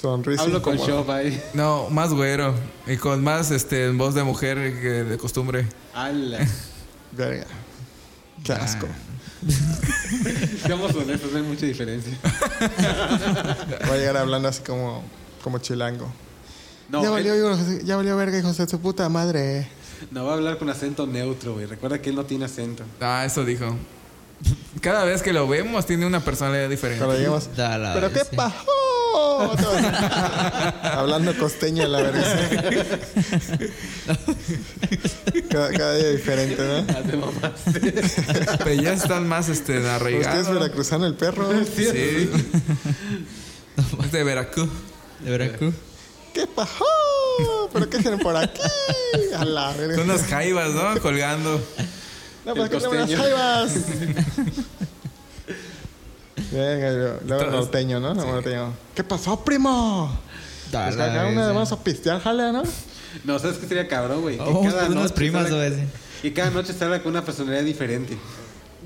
Speaker 2: Sonrisa.
Speaker 3: Hablo con
Speaker 2: incómoda.
Speaker 3: Shop ahí.
Speaker 1: No, más güero y con más este en voz de mujer que de costumbre.
Speaker 3: ¡Hala!
Speaker 2: Verga. Qué
Speaker 4: Ah.
Speaker 2: asco.
Speaker 3: Seamos honestos, no hay mucha diferencia.
Speaker 2: Va a llegar hablando así como, como chilango.
Speaker 3: No,
Speaker 2: ya,
Speaker 3: él
Speaker 2: valió, hijo de- ya valió verga, hijo de su puta madre.
Speaker 3: no va a hablar con acento neutro, güey. Recuerda que él no tiene acento.
Speaker 1: Ah, eso dijo. Cada vez que lo vemos tiene una personalidad
Speaker 2: Cuando
Speaker 1: diferente.
Speaker 2: lleguemos.
Speaker 4: Da la
Speaker 2: ¿Pero qué
Speaker 4: bestia.
Speaker 2: pajo? Hablando costeño, la verga. cada, cada día diferente, ¿no?
Speaker 3: Ah, te mamaste.
Speaker 1: Pero ya están más este
Speaker 2: Usted es
Speaker 1: arraigados.
Speaker 2: veracruzano, el perro.
Speaker 1: Sí. Es de Veracruz.
Speaker 4: ¿De Veracruz?
Speaker 2: ¿Qué pajo? ¿Pero qué hacen por aquí? A la
Speaker 1: Son
Speaker 2: verga.
Speaker 1: unas jaivas, ¿no? Colgando.
Speaker 2: No, pues
Speaker 3: el
Speaker 2: que no me las
Speaker 3: costeño.
Speaker 2: jaivas. Venga, yo- luego
Speaker 1: Entonces,
Speaker 2: norteño, ¿no? Luego norteño. ¿Qué pasó, primo?
Speaker 4: Da
Speaker 2: Pues
Speaker 4: la
Speaker 2: acá una
Speaker 4: bestia.
Speaker 2: vamos a pistear, jala, ¿no?
Speaker 3: No, ¿sabes qué sería cabrón, güey? Que
Speaker 4: Vamos por Oh, unas
Speaker 3: noche
Speaker 4: primas,
Speaker 3: salga-
Speaker 4: güey.
Speaker 3: Y cada noche salga con una personalidad diferente.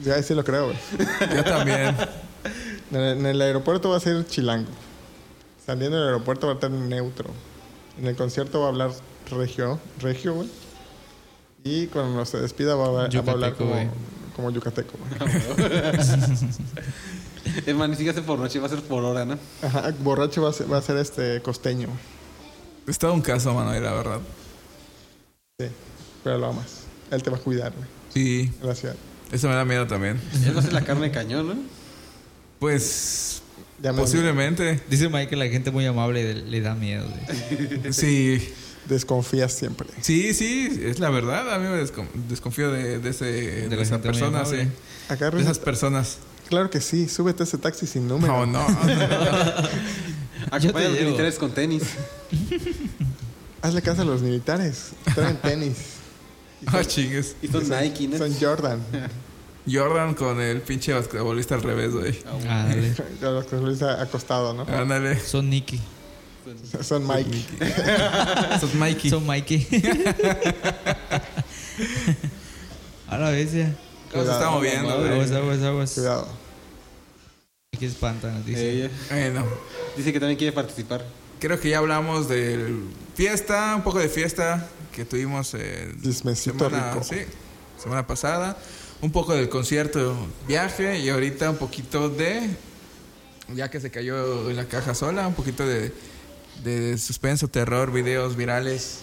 Speaker 2: Ya sí lo creo, güey.
Speaker 1: Yo también.
Speaker 2: En el, en el aeropuerto va a ser chilango. Saliendo del aeropuerto va a estar neutro. En el concierto va a hablar regio, regio, güey. Y cuando se despida va, a- va a hablar
Speaker 4: Yucateco, güey.
Speaker 2: como, como yucateco, güey.
Speaker 3: Es más, ni siquiera hace por noche, va a ser por hora, ¿no?
Speaker 2: Ajá, borracho va a ser, va a ser este costeño,
Speaker 1: Es todo un caso, Manuel, la verdad.
Speaker 2: sí. Pero lo amas. Él te va a cuidar, güey.
Speaker 1: Sí,
Speaker 2: en la ciudad.
Speaker 3: Pues
Speaker 1: eso me da miedo también.
Speaker 3: Él va a ser la carne de cañón, ¿no?
Speaker 1: Pues
Speaker 2: Ya me
Speaker 1: Posiblemente.
Speaker 4: Dice Mike que la gente muy amable le, le da miedo. güey.
Speaker 1: Sí.
Speaker 2: desconfías siempre.
Speaker 1: Sí, sí, es la verdad. A mí me descon- desconfío de, de, ese, de,
Speaker 4: la
Speaker 1: esa
Speaker 4: gente muy
Speaker 1: persona, sí.
Speaker 4: amable.
Speaker 2: Acá
Speaker 1: De esas personas.
Speaker 2: Claro que sí, súbete a ese taxi sin número.
Speaker 1: No, no.
Speaker 3: Acompañan
Speaker 4: llevo.
Speaker 3: militares con tenis.
Speaker 2: Hazle caso a los militares. Traen tenis.
Speaker 1: Ah, chingues.
Speaker 3: Y son Nike, ¿no?
Speaker 2: Son Jordan.
Speaker 1: Jordan con el pinche basquetbolista al revés, güey.
Speaker 4: Ah, dale.
Speaker 2: A Los que Luis ha acostado, ¿no?
Speaker 1: Ándale.
Speaker 4: Son Nicky.
Speaker 3: Pues,
Speaker 2: Son Mike.
Speaker 1: Sos Mikey.
Speaker 4: Son Mikey. A la bestia.
Speaker 1: ¿Cómo se está
Speaker 2: Cuidado,
Speaker 1: moviendo,
Speaker 4: Aguas,
Speaker 1: güey?
Speaker 4: aguas, aguas.
Speaker 2: Cuidado.
Speaker 4: Aquí espantan, dice.
Speaker 3: Ella
Speaker 1: Bueno,
Speaker 3: dice que también quiere participar.
Speaker 1: creo que ya hablamos de fiesta, un poco de fiesta que tuvimos eh,
Speaker 2: Chismecito
Speaker 1: semana,
Speaker 2: rico.
Speaker 1: sí, semana pasada. Un poco del concierto, viaje y ahorita un poquito de, ya que se cayó en la caja sola, un poquito de, de suspenso, terror, videos virales.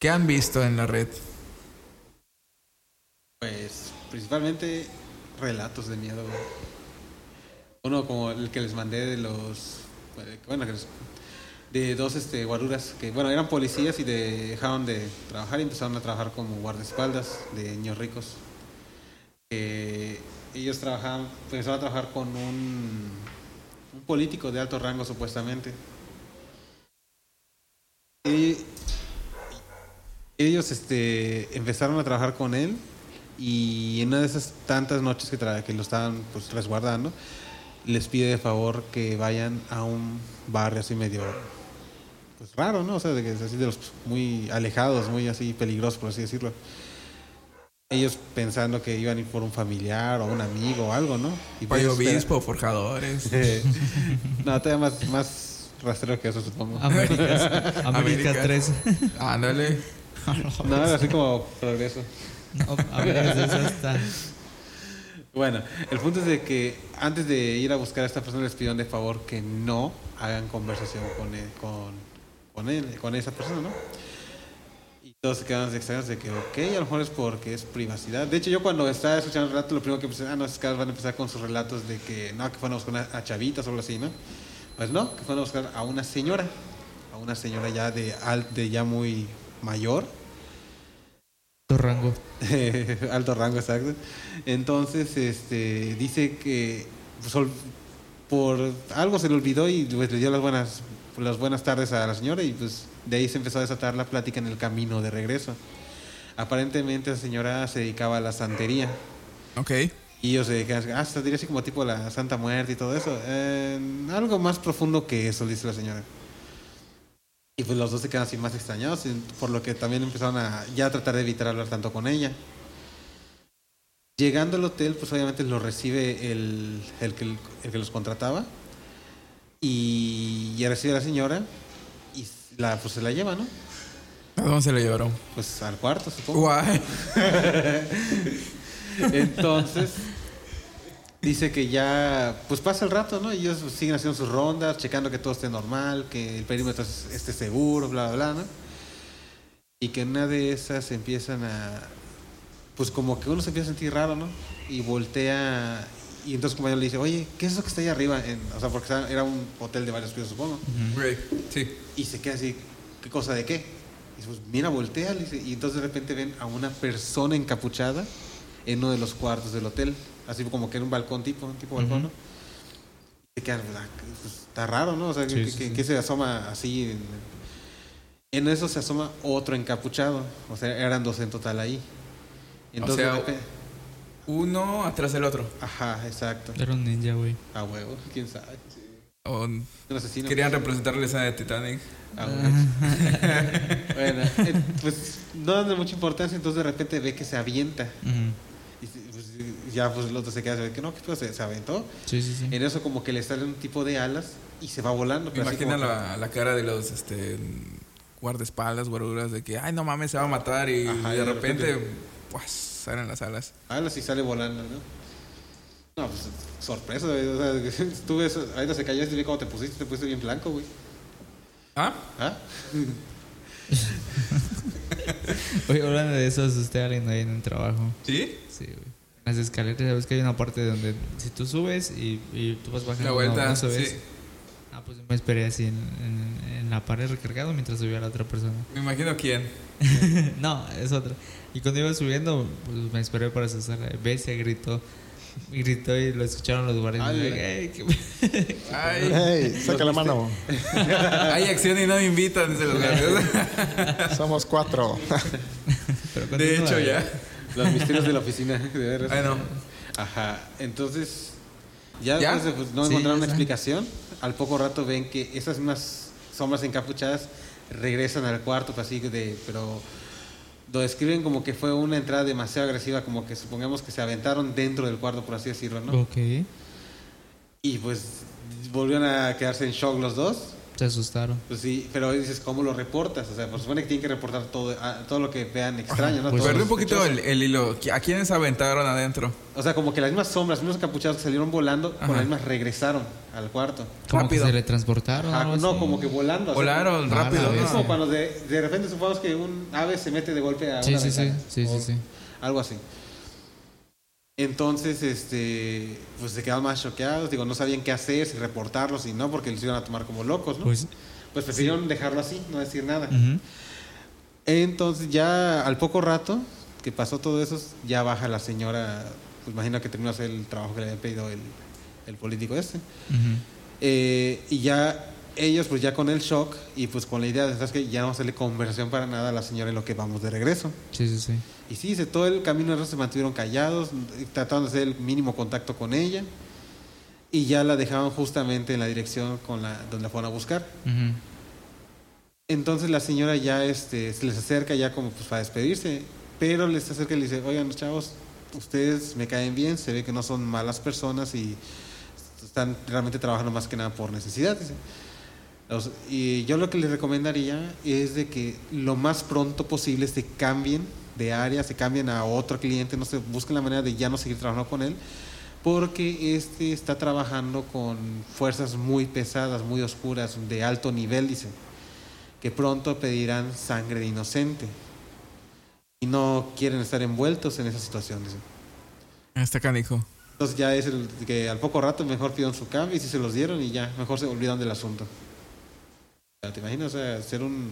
Speaker 1: ¿Qué han visto en la red?
Speaker 3: Pues principalmente relatos de miedo. güey. Uno como el que les mandé de los eh, bueno que los- de dos este guaruras que bueno eran policías y de, dejaron de trabajar y empezaron a trabajar como guardaespaldas de niños ricos. Eh, ellos trabajaban, empezaron a trabajar con un, un político de alto rango supuestamente. Y ellos este, empezaron a trabajar con él y en una de esas tantas noches que, tra- que lo estaban pues, resguardando, les pide de favor que vayan a un barrio así medio pues, raro, ¿no? O sea, de, que es así de los muy alejados, muy así peligrosos, por así decirlo. Ellos pensando que iban a ir por un familiar o un amigo o algo, ¿no? Y pues,
Speaker 1: Payo
Speaker 3: ellos espera-
Speaker 1: Obispo, Forjadores,
Speaker 3: no, todavía más, más rastrero que eso, supongo.
Speaker 4: Ah, Américas. Américas
Speaker 1: Américas.
Speaker 4: 3.
Speaker 1: ándale.
Speaker 3: No, era así como progreso.
Speaker 4: No, Américas 3 hasta.
Speaker 3: Bueno, el punto es de que antes de ir a buscar a esta persona les pidieron de favor que no hagan conversación con él, con, con él, con esa persona, ¿no? Y todos se quedaron extraños de que, ok, a lo mejor es porque es privacidad. De hecho, yo cuando estaba escuchando el relato, lo primero que pensé, ah, no, es que van a empezar con sus relatos de que, no, que fueron a buscar una- a chavitas o algo así, ¿no? Pues no, que fueron a buscar a una señora, a una señora ya de, al- de ya muy mayor,
Speaker 4: Tu rango.
Speaker 3: alto rango exacto. Entonces, este, dice que pues, ol- por algo se le olvidó y pues, le dio las buenas, las buenas tardes a la señora y pues de ahí se empezó a desatar la plática en el camino de regreso. Aparentemente la señora se dedicaba a la santería
Speaker 1: Ok.
Speaker 3: y ellos se dedicaban, ah, santería así como tipo la Santa Muerte y todo eso. Eh, algo más profundo que eso, dice la señora. Y pues los dos se quedan así más extrañados, y por lo que también empezaron a ya tratar de evitar hablar tanto con ella. Llegando al hotel, pues obviamente los recibe el, el que, el que los contrataba. Y ya recibe a la señora y la, pues se la lleva, ¿no?
Speaker 1: ¿A dónde se lo llevaron?
Speaker 3: Pues al cuarto, supongo.
Speaker 1: Guay.
Speaker 3: Entonces, dice que ya, pues pasa el rato, ¿no? Y ellos pues, siguen haciendo sus rondas, checando que todo esté normal, que el perímetro es- esté seguro, bla, bla, bla, ¿no? Y que en una de esas empiezan a, pues como que uno se empieza a sentir raro, ¿no? Y voltea, y entonces como compañero le dice, oye, ¿qué es eso que está ahí arriba? En- o sea, porque estaba- era un hotel de varios pisos, supongo.
Speaker 1: Güey, Sí.
Speaker 3: Y se queda así, ¿qué cosa de qué? Y dice, pues mira, voltea. le dice, y entonces de repente ven a una persona encapuchada en uno de los cuartos del hotel. Así como que en un balcón tipo, un tipo balcón, ¿no? Y se quedan, "Ah, pues, está raro, ¿no? O sea, que,
Speaker 4: sí,
Speaker 3: que-
Speaker 4: sí.
Speaker 3: que se asoma así. En, en eso se asoma otro encapuchado. O sea, eran dos en total ahí. Entonces,
Speaker 1: sea,
Speaker 3: de repente-
Speaker 1: Uno atrás del otro.
Speaker 3: ajá, exacto.
Speaker 4: Era un ninja, güey.
Speaker 3: A huevo, quién sabe.
Speaker 1: O
Speaker 3: Un asesino.
Speaker 1: querían representar la escena de Titanic.
Speaker 3: Ah, bueno, eh, pues no dándole mucha importancia, entonces de repente ve que se avienta.
Speaker 4: Ujú.
Speaker 3: Y se- pues, y ya pues el otro se queda, se ve que no, que pues, se, se aventó.
Speaker 4: Sí, sí, sí.
Speaker 3: En eso como que le sale un tipo de alas y se va volando. pero así
Speaker 1: Imagina
Speaker 3: como que-
Speaker 1: la, la cara de los este, guardaespaldas, guarduras, de que, ay, no mames, se va a matar y
Speaker 3: Ajá,
Speaker 1: de,
Speaker 3: y de
Speaker 1: repente,
Speaker 3: repente-
Speaker 1: pues, salen las alas.
Speaker 3: alas y sale volando, ¿no? No, pues sorpresa, güey, o sea, tú ves, ahorita se cayó y vi cómo te pusiste, te pusiste bien blanco, güey.
Speaker 1: ¿Ah?
Speaker 3: ¿Ah?
Speaker 4: Oye, hablando de eso, asusté a alguien ahí en el trabajo.
Speaker 1: ¿Sí?
Speaker 4: Sí, güey. las escaleras, sabes que hay una parte donde si tú subes y, y tú vas bajando,
Speaker 1: La
Speaker 4: no-
Speaker 1: vuelta,
Speaker 4: no, subes.
Speaker 1: sí.
Speaker 4: Ah, pues yo me esperé así en, en- en la pared recargado mientras subía la otra persona.
Speaker 1: Me imagino quién.
Speaker 4: no, es otra. Y cuando iba subiendo, pues me esperé para cesar. Bestia gritó, gritó y lo escucharon los guardias.
Speaker 3: Ay,
Speaker 4: Y yo,
Speaker 3: Ah, la-
Speaker 4: "Ey, qué-
Speaker 1: Ay,
Speaker 2: ¡Ey! ¡Saca la mano!
Speaker 1: hay acción y no me invitan, se los garantizo.
Speaker 2: Somos cuatro.
Speaker 4: Pero
Speaker 1: De
Speaker 4: continúa.
Speaker 1: hecho, ya.
Speaker 3: Los misterios de la oficina. de veras.
Speaker 1: Ay, no.
Speaker 3: Ajá. Entonces, ya,
Speaker 1: ¿Ya?
Speaker 3: después de, pues, no
Speaker 4: Sí,
Speaker 3: encontraron
Speaker 4: ya
Speaker 3: una
Speaker 4: está.
Speaker 3: explicación. Al poco rato ven que esas mismas sombras encapuchadas regresan al cuarto, pues, así de, pero lo describen como que fue una entrada demasiado agresiva, como que supongamos que se aventaron dentro del cuarto, por así decirlo, ¿no?
Speaker 4: Ok,
Speaker 3: Y pues volvieron a quedarse en shock los dos.
Speaker 4: se asustaron.
Speaker 3: Pues sí, pero hoy dices, ¿cómo lo reportas? O sea, pues supone que tienen que reportar todo, a- todo lo que vean extraño, ¿no?
Speaker 4: Pues,
Speaker 3: Todo
Speaker 1: Perdí
Speaker 3: lo
Speaker 1: un poquito
Speaker 3: sospechoso.
Speaker 1: el, el hilo. ¿A quiénes aventaron adentro?
Speaker 3: O sea, como que las mismas sombras, los mismos encapuchados que salieron volando,
Speaker 1: Ajá.
Speaker 3: con las mismas regresaron al cuarto.
Speaker 4: Como
Speaker 1: Rápido.
Speaker 4: que se le transportaron.
Speaker 3: Ajá, no, como que volando. o sea,
Speaker 1: Volaron
Speaker 4: Ah, la
Speaker 1: rápido,
Speaker 3: Es como
Speaker 4: bestia.
Speaker 1: ¿no?
Speaker 3: cuando de, de repente supongamos que un ave se mete de golpe a
Speaker 4: Sí,
Speaker 3: una
Speaker 4: sí, sí,
Speaker 3: ventana,
Speaker 4: sí, sí,
Speaker 3: o
Speaker 4: sí.
Speaker 3: Algo así. Entonces, este, pues se quedaron más choqueados. Digo, no sabían qué hacer, si reportarlos y no, porque los iban a tomar como locos, ¿no? Pues,
Speaker 4: Pues,
Speaker 3: prefirieron dejarlo así, no decir nada.
Speaker 4: ujú.
Speaker 3: Entonces ya al poco rato que pasó todo eso, ya baja la señora, pues imagino que terminó de hacer el trabajo que le había pedido el, el político este.
Speaker 4: Ujú.
Speaker 3: Eh, y ya ellos, pues ya con el shock y pues con la idea de, ¿sabes qué? Ya no hacerle conversación para nada a la señora en lo que vamos de regreso.
Speaker 4: Sí, sí, sí.
Speaker 3: Y sí, dice, todo el camino ellos se mantuvieron callados, tratando de hacer el mínimo contacto con ella. Y ya la dejaban justamente en la dirección con la, donde la fueron a buscar.
Speaker 4: Ujú.
Speaker 3: Entonces la señora ya este, se les acerca ya como pues para despedirse, pero les acerca y le dice, oigan chavos, ustedes me caen bien, se ve que no son malas personas y están realmente trabajando más que nada por necesidad. dice. Los- y yo lo que les recomendaría es de que lo más pronto posible se cambien de área, se cambien a otro cliente, no sé, busquen la manera de ya no seguir trabajando con él, porque este está trabajando con fuerzas muy pesadas, muy oscuras, de alto nivel, dice que pronto pedirán sangre de inocente y no quieren estar envueltos en esa situación. dice.
Speaker 1: Está canijo.
Speaker 3: Entonces ya es el que al poco rato mejor pidieron su cambio y si se los dieron y ya, mejor se olvidaron del asunto. O sea, ¿Te imaginas? O sea, ser un...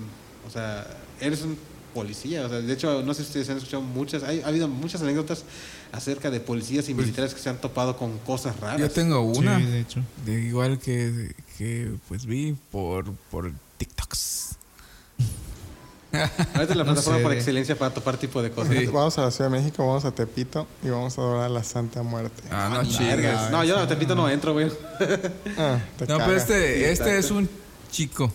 Speaker 3: O sea, eres un policía. O sea, de hecho, no sé si ustedes han escuchado muchas... hay- ha habido muchas anécdotas acerca de policías y militares que se han topado con cosas raras.
Speaker 1: Yo tengo una.
Speaker 4: Sí, de hecho.
Speaker 1: De igual que, que pues vi por, por TikToks.
Speaker 3: Ahorita es la
Speaker 4: No
Speaker 3: plataforma
Speaker 4: sé,
Speaker 3: por
Speaker 4: de-
Speaker 3: excelencia para topar tipo de cosas.
Speaker 1: Sí.
Speaker 2: Vamos a la Ciudad de México, vamos a Tepito y vamos a adorar a la Santa Muerte.
Speaker 1: Ah, no,
Speaker 3: Vergas.
Speaker 1: chingas.
Speaker 3: No, yo no, te pito no entro, güey.
Speaker 2: Ah, te
Speaker 1: No, pero
Speaker 2: cagas.
Speaker 1: este,
Speaker 3: exacto.
Speaker 1: este es un chico.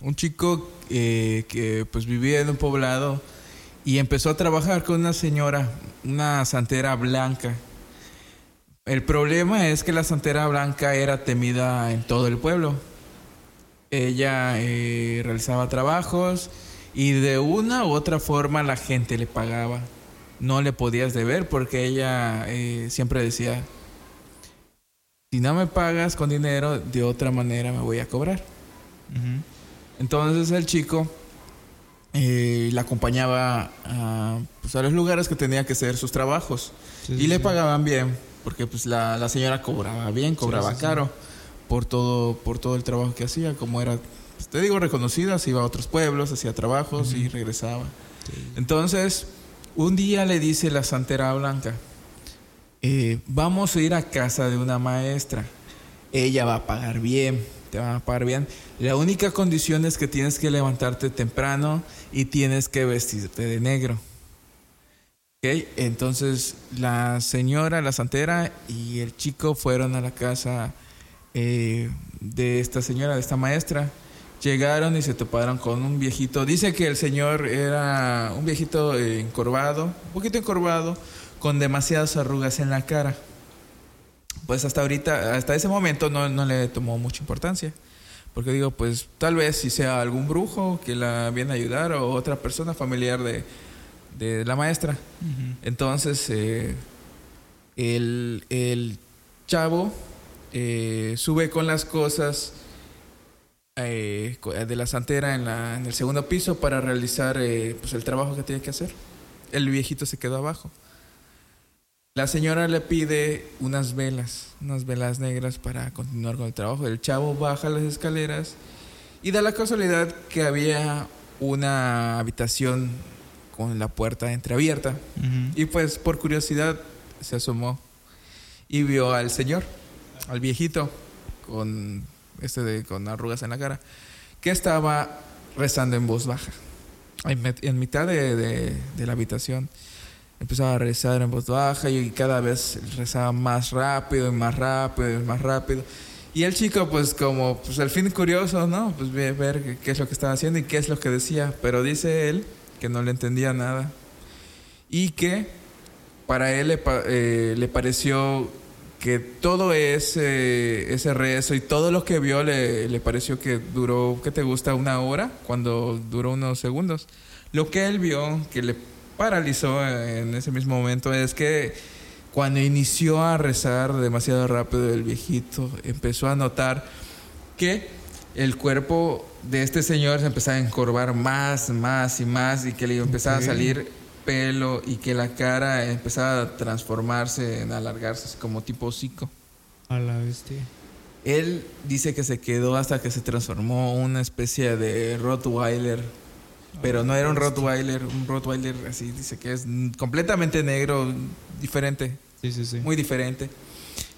Speaker 1: Un chico eh, que pues vivía en un poblado y empezó a trabajar con una señora, una santera blanca. El problema es que la santera blanca era temida en todo el pueblo. Ella eh, realizaba trabajos y de una u otra forma la gente le pagaba. No le podías deber porque ella eh, siempre decía, si no me pagas con dinero, de otra manera me voy a cobrar.
Speaker 4: Ujú.
Speaker 1: Entonces el chico eh, la acompañaba a, pues, a los lugares que tenía que hacer sus trabajos.
Speaker 4: Sí,
Speaker 1: y
Speaker 4: sí,
Speaker 1: le
Speaker 4: sí.
Speaker 1: pagaban bien, porque pues la, la señora cobraba bien, cobraba
Speaker 4: sí, sí.
Speaker 1: caro por todo por todo el trabajo que hacía, como era, pues, te digo, reconocida, se iba a otros pueblos, hacía trabajos y regresaba. Entonces, un día le dice la santera blanca, eh, vamos a ir a casa de una maestra, ella va a pagar bien, te va a pagar bien. La única condición es que tienes que levantarte temprano y tienes que vestirte de negro. Ok, entonces la señora, la santera y el chico fueron a la casa eh, de esta señora, de esta maestra. Llegaron y se toparon con un viejito. Dice que el señor era un viejito eh, encorvado, un poquito encorvado, con demasiadas arrugas en la cara. Pues hasta ahorita, hasta ese momento no, no le tomó mucha importancia. Porque digo, pues tal vez si sea algún brujo que la viene a ayudar o otra persona familiar de, de la maestra.
Speaker 4: Ujú.
Speaker 1: Entonces, eh, el, el chavo eh, sube con las cosas eh, co- de la santera en, la- en el segundo piso para realizar eh, pues, el trabajo que tiene que hacer. El viejito se quedó abajo. La señora le pide unas velas, unas velas negras para continuar con el trabajo. El chavo baja las escaleras y da la casualidad que había una habitación con la puerta entreabierta.
Speaker 4: Ujú.
Speaker 1: Y pues por curiosidad se asomó y vio al señor, al viejito, con, este de- con arrugas en la cara, que estaba rezando en voz baja. En, met- en mitad de, de- de la habitación empezaba a rezar en voz baja y cada vez rezaba más rápido y más rápido y más rápido. Y el chico, pues como, pues al fin curioso, ¿no? Pues ve- ver qué- qué es lo que estaba haciendo y qué es lo que decía. Pero dice él que no le entendía nada y que para él le, pa- eh, le pareció que todo ese, ese rezo y todo lo que vio le, le pareció que duró, que te gusta, una hora, cuando duró unos segundos. Lo que él vio que le paralizó en ese mismo momento es que cuando inició a rezar demasiado rápido el viejito, empezó a notar que el cuerpo de este señor se empezaba a encorvar más, más y más y que le empezaba a salir pelo y que la cara empezaba a transformarse, en alargarse así como tipo hocico.
Speaker 4: A la bestia.
Speaker 1: Él dice que se quedó hasta que se transformó una especie de Rottweiler. Pero no era un Rottweiler, un Rottweiler así, dice que es mm, completamente negro, diferente,
Speaker 4: Sí, sí, sí.
Speaker 1: muy diferente.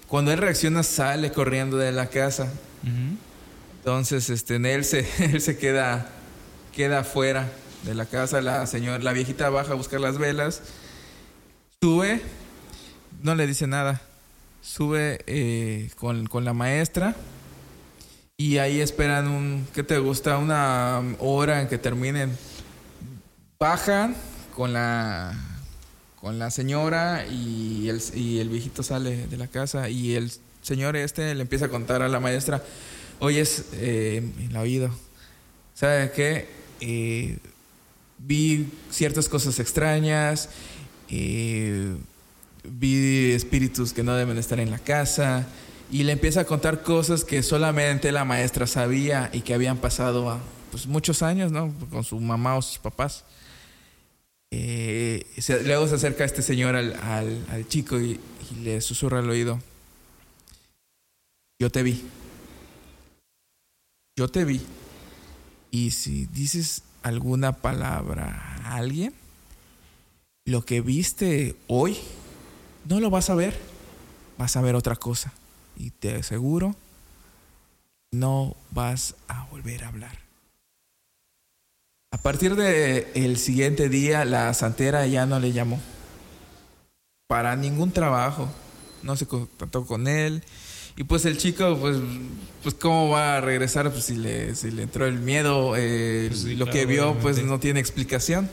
Speaker 1: Cuando él reacciona sale corriendo de la casa
Speaker 4: Ujú.
Speaker 1: entonces, este, en él se, él se queda, queda fuera de la casa. La señora, la viejita baja a buscar las velas. Sube, no le dice nada. Sube eh, con, con la maestra. Y ahí esperan un, ¿qué te gusta? Una hora en que terminen. Bajan con la, con la señora y el, y el viejito sale de la casa. Y el señor este le empieza a contar a la maestra, oyes eh, en el oído, ¿sabes qué? Eh, vi ciertas cosas extrañas, eh, vi espíritus que no deben estar en la casa, y le empieza a contar cosas que solamente la maestra sabía y que habían pasado ah, pues, muchos años, ¿no? Con su mamá o sus papás. Eh, se- luego se acerca este señor al, al- al chico y, y le susurra al oído. Yo te vi. Yo te vi. Y si dices alguna palabra a alguien, lo que viste hoy no lo vas a ver. Vas a ver otra cosa. Y te aseguro, no vas a volver a hablar. A partir del el siguiente día, la santera ya no le llamó. Para ningún trabajo. No se contactó con él. Y pues el chico, pues, pues cómo va a regresar pues, si, le, si le entró el miedo. eh,
Speaker 4: Pues sí,
Speaker 1: lo que
Speaker 4: claro,
Speaker 1: vio, pues
Speaker 4: obviamente.
Speaker 1: no tiene explicación.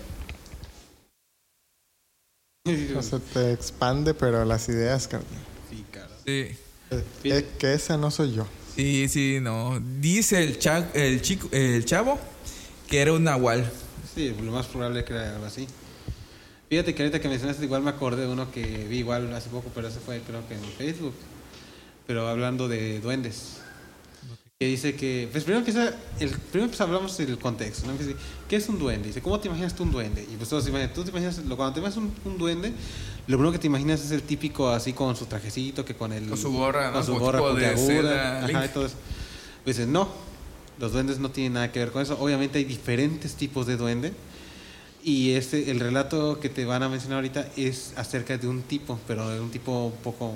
Speaker 2: O sea, te expande, pero las ideas, carnal.
Speaker 3: Sí, cara.
Speaker 1: Sí.
Speaker 2: Eh,
Speaker 3: Sí.
Speaker 2: eh, que esa no soy yo.
Speaker 1: Sí, sí, no. Dice el, cha- el, chico, el chavo que era un nahual.
Speaker 3: Sí, lo más probable es que era algo así. Fíjate que ahorita que mencionaste, igual me acordé de uno que vi igual hace poco, pero ese fue creo que en Facebook. Pero hablando de duendes. Que dice que. Pues primero empieza. El, primero pues hablamos del contexto. ¿no? Empieza, ¿Qué es un duende? Dice, ¿cómo te imaginas tú un duende? Y pues todos se imaginan. Tú te imaginas. lo- Cuando te imaginas un, un duende, lo primero que te imaginas es el típico así con su trajecito, que con el.
Speaker 1: Con su gorra, ¿no?
Speaker 3: Con su
Speaker 1: Como
Speaker 3: gorra
Speaker 1: tipo de
Speaker 3: puntiaguda.
Speaker 1: seda,
Speaker 3: Ajá,
Speaker 1: Link.
Speaker 3: y todo eso. Dice, no, los duendes no tienen nada que ver con eso. Obviamente hay diferentes tipos de duende. Y este, el relato que te van a mencionar ahorita es acerca de un tipo, pero de un tipo un poco,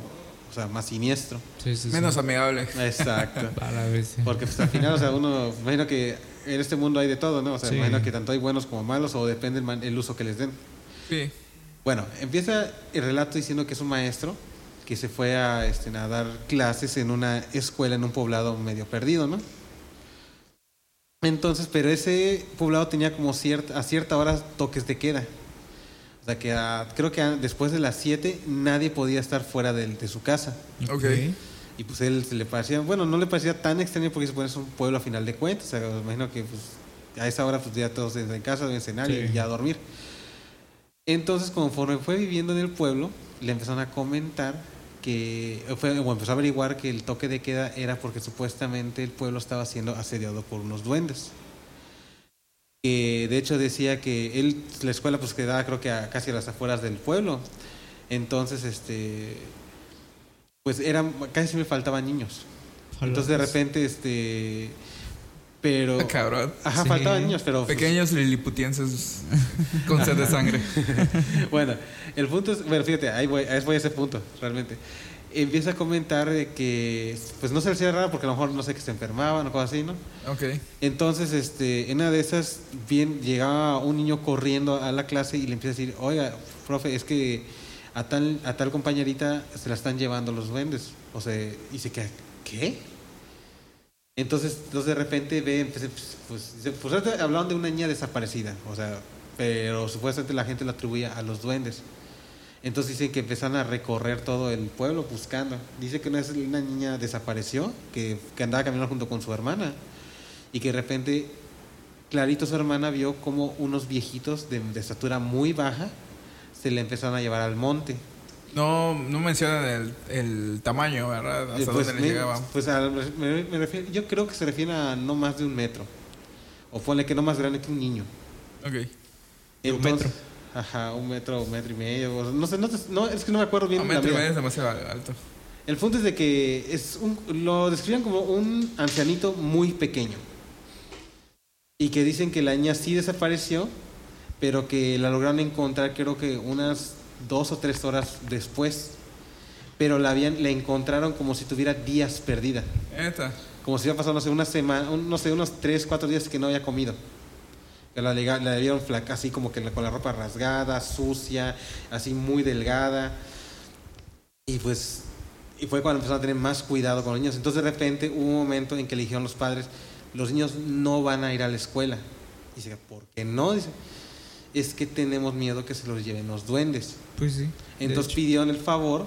Speaker 3: o sea, más siniestro.
Speaker 4: Sí, sí, sí.
Speaker 1: Menos amigable.
Speaker 3: Exacto.
Speaker 4: A la bestia.
Speaker 3: Porque pues, al final, o sea, uno, me imagino que en este mundo hay de todo, ¿no? O sea,
Speaker 4: Sí.
Speaker 3: me imagino que tanto hay buenos como malos, o depende el, man- el uso que les den.
Speaker 1: Sí.
Speaker 3: Bueno, empieza el relato diciendo que es un maestro que se fue a, este, a dar clases en una escuela en un poblado medio perdido, ¿no? Entonces, pero ese poblado tenía como cierta, a cierta hora toques de queda. O sea, que a- creo que a- después de las 7 nadie podía estar fuera del- de su casa.
Speaker 1: Ok.
Speaker 3: Y pues él se le parecía, bueno, no le parecía tan extraño porque supone es un pueblo a final de cuentas. O sea, me imagino que pues, a esa hora pues, ya todos en casa deben cenar y
Speaker 4: Sí.
Speaker 3: ya a dormir. Entonces, conforme fue viviendo en el pueblo, le empezaron a comentar que, o fue- o empezó a averiguar que el toque de queda era porque supuestamente el pueblo estaba siendo asediado por unos duendes. Que de hecho decía que él, la escuela pues quedaba creo que a- casi a las afueras del pueblo Entonces, este, pues eran, casi me faltaban niños. Entonces de repente, este, pero...
Speaker 1: Ah, cabrón.
Speaker 3: Ajá,
Speaker 4: Sí.
Speaker 3: faltaban niños, pero... pues,
Speaker 1: Pequeños liliputienses con sed de sangre.
Speaker 3: bueno, el punto es, bueno, fíjate, ahí voy, ahí voy a ese punto, realmente. Empieza a comentar de que, pues no se le hacía raro porque a lo mejor no sé que se enfermaban o cosas así, ¿no?
Speaker 1: Ok.
Speaker 3: Entonces, este, en una de esas, bien, llegaba un niño corriendo a la clase y le empieza a decir, oiga, profe, es que a tal, a tal compañerita se la están llevando los duendes. O sea, y se queda, ¿qué? Entonces, entonces de repente ve, empieza- pues, pues, dice, pues, ahorita hablaban de una niña desaparecida, o sea, pero supuestamente la gente la atribuía a los duendes. Entonces dicen que empezaron a recorrer todo el pueblo buscando. Dice que una, vez una niña desapareció, que, que andaba caminando junto con su hermana, y que de repente Clarito, su hermana, vio como unos viejitos de, de estatura muy baja se le empezaron a llevar al monte.
Speaker 1: No, no mencionan el, el tamaño, ¿verdad? Hasta
Speaker 3: Eh, pues,
Speaker 1: dónde le
Speaker 3: me-
Speaker 1: llegaba.
Speaker 3: pues, a- me- me refiero- yo creo que se refiere a no más de un metro. O ponle que no más grande que un niño.
Speaker 1: Ok.
Speaker 4: De un metro.
Speaker 3: Ajá, un metro, un metro y medio. o sea, no sé, no, sé- no, es que no me acuerdo bien.
Speaker 1: A
Speaker 3: la
Speaker 1: Ah, metro y
Speaker 3: medida.
Speaker 1: medio es demasiado alto.
Speaker 3: El punto es de que es un, lo describen como un ancianito muy pequeño. Y que dicen que la niña sí desapareció, pero que la lograron encontrar creo que unas dos o tres horas después. Pero la, habían, la encontraron como si tuviera días perdida.
Speaker 1: Esta.
Speaker 3: Como si hubiera pasado, no sé, una semana, un- no sé, unos tres, cuatro días que no había comido. Que La, lega- la debieron flaca, así como que la- con la ropa rasgada, sucia, así muy delgada. Y pues, y fue cuando empezaron a tener más cuidado con los niños. Entonces, de repente, hubo un momento en que le dijeron los padres: los niños no van a ir a la escuela. Dice, ¿por qué no? Dice, es que tenemos miedo que se los lleven los duendes.
Speaker 4: Pues sí. de
Speaker 3: Entonces
Speaker 4: hecho.
Speaker 3: pidieron el favor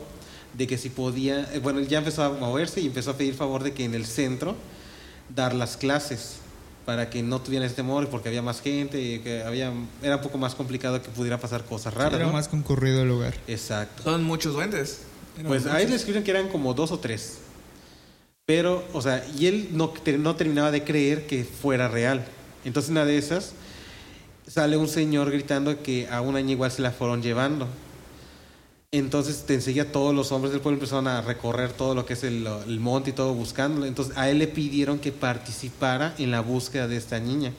Speaker 3: de que si podía, eh, bueno, ya empezó a moverse y empezó a pedir favor de que en el centro dar las clases para que no tuvieran ese temor porque había más gente y que había era un poco más complicado que pudiera pasar cosas raras.
Speaker 4: Era
Speaker 3: ¿no?
Speaker 4: más concurrido el lugar.
Speaker 3: Exacto.
Speaker 1: Son muchos duendes. Eran
Speaker 3: Pues ahí
Speaker 1: muchos.
Speaker 3: le escribieron que eran como dos o tres. Pero, o sea, y él no, te- no terminaba de creer que fuera real. Entonces, una de esas, sale un señor gritando que a una niña igual se la fueron llevando. Entonces, te enseguida todos los hombres del pueblo empezaron a recorrer todo lo que es el, el monte y todo buscándolo. Entonces, a él le pidieron que participara en la búsqueda de esta niña.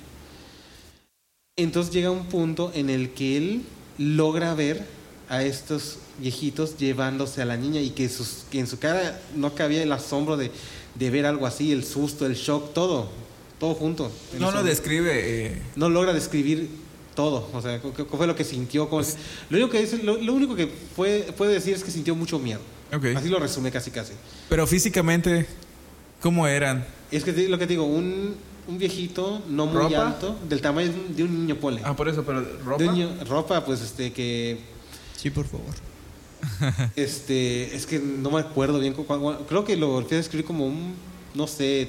Speaker 3: Entonces llega un punto en el que él logra ver a estos viejitos llevándose a la niña y que, sus- que en su cara no cabía el asombro de, de ver algo así, el susto, el shock, todo, todo junto.
Speaker 1: No lo
Speaker 3: Eso-
Speaker 1: describe. eh,
Speaker 3: no logra describir todo, o sea, cu- cu- cu- fue lo que sintió. cómo- lo único que dice- lo, lo único que puede, puede decir es que sintió mucho miedo.
Speaker 1: Ok.
Speaker 3: Así lo resume casi casi.
Speaker 1: Pero físicamente, ¿cómo eran?
Speaker 3: Es que te- lo que te digo, un, un viejito no muy
Speaker 1: ¿Ropa?
Speaker 3: alto, del tamaño de un- de un niño pole.
Speaker 1: Ah, por eso, pero ropa.
Speaker 3: ropa, pues este que
Speaker 4: Sí, por favor.
Speaker 3: Este, es que no me acuerdo bien. cu- cu- Creo que lo empecé a describir como un, no sé,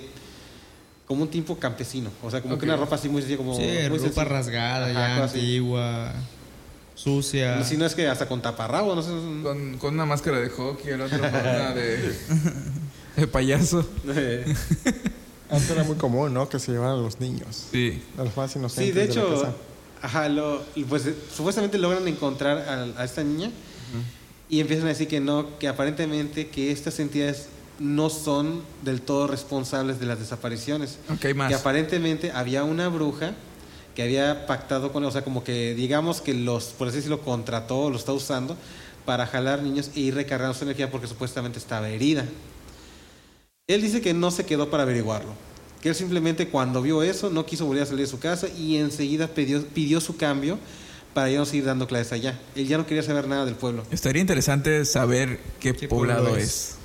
Speaker 3: como un tipo campesino. O sea, como que
Speaker 1: Ok.
Speaker 3: una ropa así muy sencilla, como.
Speaker 4: sí,
Speaker 3: muy
Speaker 4: ropa
Speaker 3: sencilla.
Speaker 4: rasgada,
Speaker 3: Ajá,
Speaker 4: ya
Speaker 3: cosas así.
Speaker 4: antigua, sucia.
Speaker 3: Si no es que hasta con taparrabo, no sé. es un-
Speaker 1: Con, con una máscara de hockey, el otro con una de, de payaso.
Speaker 2: Antes era muy común, ¿no? Que se llevaran a los niños.
Speaker 1: Sí.
Speaker 2: A los más inocentes.
Speaker 3: Sí, de
Speaker 2: la
Speaker 3: hecho,
Speaker 2: casa.
Speaker 3: ajá, lo- pues eh, supuestamente logran encontrar a, a esta niña y empiezan a decir que no, que aparentemente que estas entidades no son del todo responsables de las desapariciones.
Speaker 1: Ok, más.
Speaker 3: Que aparentemente había una bruja que había pactado con, o sea, como que digamos que los, por así decirlo, contrató, lo está usando para jalar niños e ir recargando su energía porque supuestamente estaba herida. Él dice que no se quedó para averiguarlo. Que él simplemente cuando vio eso no quiso volver a salir de su casa y enseguida pidió, pidió su cambio para ya no seguir dando clases allá. Él ya no quería saber nada del pueblo.
Speaker 1: Estaría interesante saber qué,
Speaker 4: ¿Qué
Speaker 1: poblado,
Speaker 4: poblado
Speaker 1: es.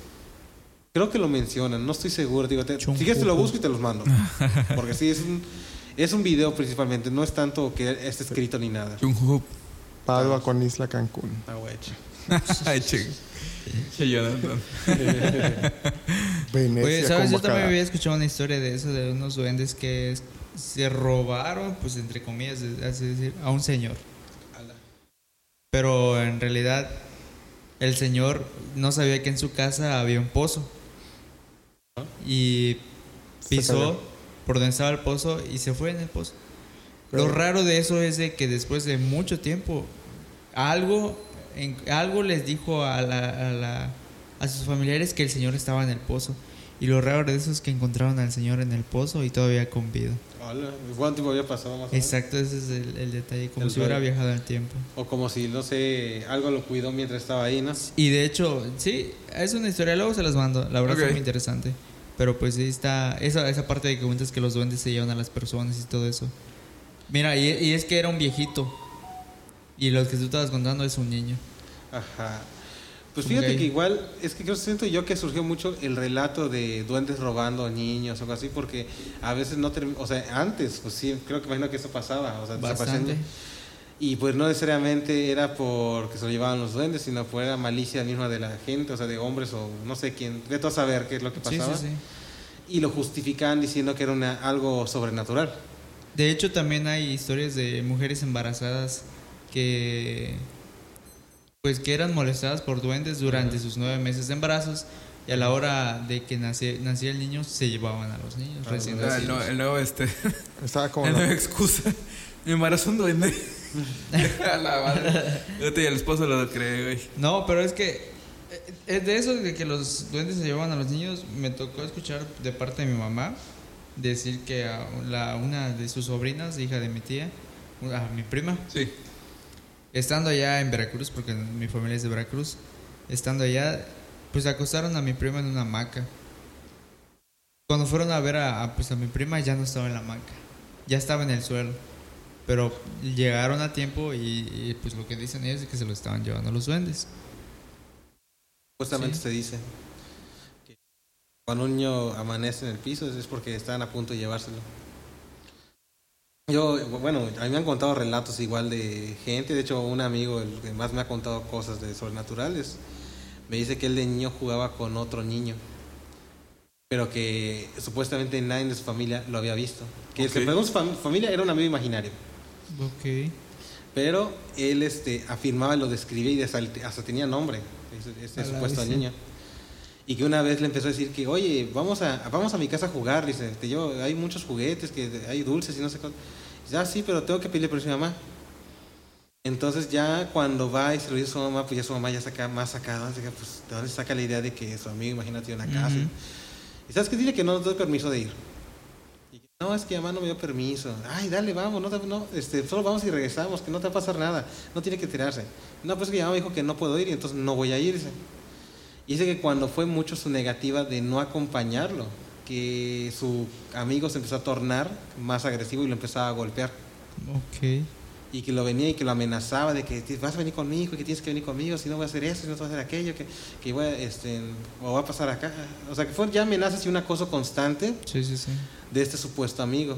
Speaker 3: Creo que lo mencionan, no estoy seguro. Digo, te, si
Speaker 4: Chumpuco.
Speaker 3: quieres te lo busco y te los mando. Porque sí, es un, es un video principalmente, no es tanto que esté escrito ni nada.
Speaker 1: Chunghup.
Speaker 2: Padua con Isla Cancún.
Speaker 3: Ah, güey, che.
Speaker 1: Ay, che. Che, Jonathan.
Speaker 2: Venecia
Speaker 4: Oye, ¿sabes? Yo
Speaker 2: convocada.
Speaker 4: también había escuchado una historia de eso, de unos duendes que es- se robaron, pues entre comillas, es- así decir, a un señor.
Speaker 3: Ala.
Speaker 4: Pero en realidad el señor no sabía que en su casa había un pozo.
Speaker 3: Ah.
Speaker 4: Y pisó
Speaker 2: cayó.
Speaker 4: por donde estaba el pozo y se fue en el pozo. Lo raro de eso es de que después de mucho tiempo algo en- algo les dijo a, la- a la- a sus familiares que el señor estaba en el pozo. Y lo raro de eso es que encontraron al señor en el pozo y todavía con vida.
Speaker 3: Hola, ¿Cuánto tiempo había pasado más o menos?
Speaker 4: Exacto, ese es el, el detalle, como
Speaker 3: El
Speaker 4: si hubiera
Speaker 3: rollo.
Speaker 4: viajado al tiempo.
Speaker 3: O como si, no sé, algo lo cuidó mientras estaba ahí, ¿no?
Speaker 4: Y de hecho, sí, es una historia, luego se las mando, la verdad
Speaker 1: Ok.
Speaker 4: es muy interesante. Pero pues sí está, esa, esa parte de que cuentas que los duendes se llevan a las personas y todo eso. Mira, y, y es que era un viejito. Y lo que tú estabas contando es un niño.
Speaker 3: Ajá. Pues
Speaker 4: Como
Speaker 3: fíjate
Speaker 4: gay.
Speaker 3: que igual, es que yo siento yo que surgió mucho el relato de duendes robando niños o algo así, porque a veces no term- o sea, antes, pues sí, creo que imagino que eso pasaba, o sea, desaparecían-
Speaker 4: Bastante.
Speaker 3: Y pues no necesariamente era porque se lo llevaban los duendes, sino por la malicia misma de la gente, o sea, de hombres o no sé quién, de todo saber qué es lo que
Speaker 4: Sí,
Speaker 3: pasaba.
Speaker 4: sí, sí.
Speaker 3: Y lo justificaban diciendo que era una- algo sobrenatural.
Speaker 4: De hecho, también hay historias de mujeres embarazadas que. Pues que eran molestadas por duendes durante sus nueve meses de embarazos. Y a la hora de que nace- nacía el niño, se llevaban a los niños recién
Speaker 1: Ah, el,
Speaker 4: nacidos.
Speaker 1: nuevo, el nuevo, este.
Speaker 2: Estaba como.
Speaker 1: el
Speaker 2: la-
Speaker 1: nuevo excusa. Mi embarazo un duende. A la madre. Yo te y el esposo lo cree, güey.
Speaker 4: No, pero es que eh, es de eso de que los duendes se llevan a los niños. Me tocó escuchar de parte de mi mamá decir que a la, una de sus sobrinas, hija de mi tía, a mi prima,
Speaker 1: Sí.
Speaker 4: estando allá en Veracruz, porque mi familia es de Veracruz, estando allá, pues acostaron a mi prima en una hamaca. Cuando fueron a ver a, a, pues a mi prima ya no estaba en la hamaca, ya estaba en el suelo. Pero llegaron a tiempo y, y, pues lo que dicen ellos es que se lo estaban llevando los duendes.
Speaker 3: Justamente
Speaker 4: Sí.
Speaker 3: se dice que cuando un niño amanece en el piso es porque están a punto de llevárselo. Yo, bueno, a mí me han contado relatos igual de gente, de hecho un amigo, el que más me ha contado cosas de sobrenaturales, me dice que él de niño jugaba con otro niño, pero que supuestamente nadie de su familia lo había visto. Que
Speaker 1: Ok.
Speaker 3: según su fam- familia era un amigo imaginario.
Speaker 4: Ok.
Speaker 3: Pero él este, afirmaba, lo describía y hasta, hasta tenía nombre, ese, ese
Speaker 4: A la
Speaker 3: supuesto
Speaker 4: vez, sí.
Speaker 3: niño. Y que una vez le empezó a decir que, oye, vamos a, vamos a mi casa a jugar, dice, te llevo, hay muchos juguetes, que hay dulces y no sé qué. Dice, ah, sí, pero tengo que pedirle permiso a mi mamá. Entonces ya cuando va y se lo dice a su mamá, pues ya su mamá ya saca más sacada, así que, pues de dónde saca la idea de que su amigo, imagínate, tiene una casa.
Speaker 4: Ujú.
Speaker 3: Y sabes que dile que no nos doy permiso de ir. Y que, no, es que mamá no me dio permiso. Ay, dale, vamos, no, te- no, este, solo vamos y regresamos, que no te va a pasar nada, no tiene que tirarse. No, pues que mi mamá me dijo que no puedo ir y entonces no voy a irse. Y dice que cuando fue mucho su negativa de no acompañarlo, que su amigo se empezó a tornar más agresivo y lo empezaba a golpear.
Speaker 4: Ok.
Speaker 3: Y que lo venía y que lo amenazaba de que "Ti- vas a venir conmigo, que tienes que venir conmigo, si no voy a hacer eso, si no te voy a hacer aquello, que, que voy a, este, o va a pasar acá. O sea, que fue ya amenazas y un acoso constante
Speaker 4: Sí, sí, sí.
Speaker 3: de este supuesto amigo.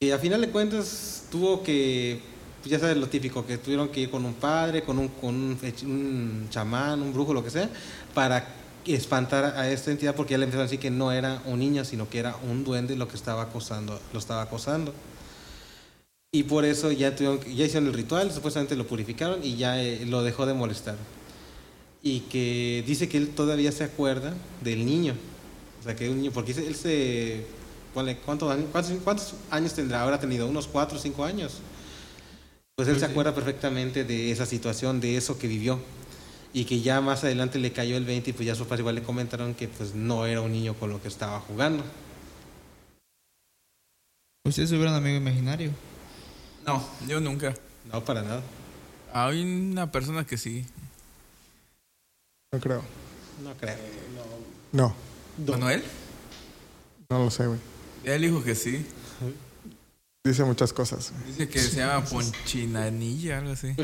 Speaker 3: Y a final de cuentas tuvo que, pues ya sabes lo típico, que tuvieron que ir con un padre, con un, con un, fech- un chamán, un brujo, lo que sea, para espantar a esta entidad porque ya le empezaron a decir que no era un niño, sino que era un duende lo que estaba acosando, lo estaba acosando. Y por eso ya, tuvieron, que- ya hicieron el ritual, supuestamente lo purificaron y ya eh, lo dejó de molestar. Y que dice que él todavía se acuerda del niño. O sea, que un niño, porque él se... ponle, ¿cuántos, años, cuántos, cuántos años tendrá? Habrá tenido unos 4 o 5 años. Pues él se acuerda perfectamente de esa situación, de eso que vivió. Y que ya más adelante le cayó el 20 y pues ya sus padres igual le comentaron que pues no era un niño con lo que estaba jugando.
Speaker 4: ¿Ustedes tuvieron amigo imaginario?
Speaker 1: No, yo nunca.
Speaker 3: No, para nada.
Speaker 1: Hay una persona que sí.
Speaker 2: No creo.
Speaker 3: No creo.
Speaker 2: No,
Speaker 1: ¿Manuel?
Speaker 2: no lo sé, güey.
Speaker 1: Él dijo que sí.
Speaker 2: Dice muchas cosas, güey.
Speaker 1: Dice que se llama Ponchinanilla, algo así.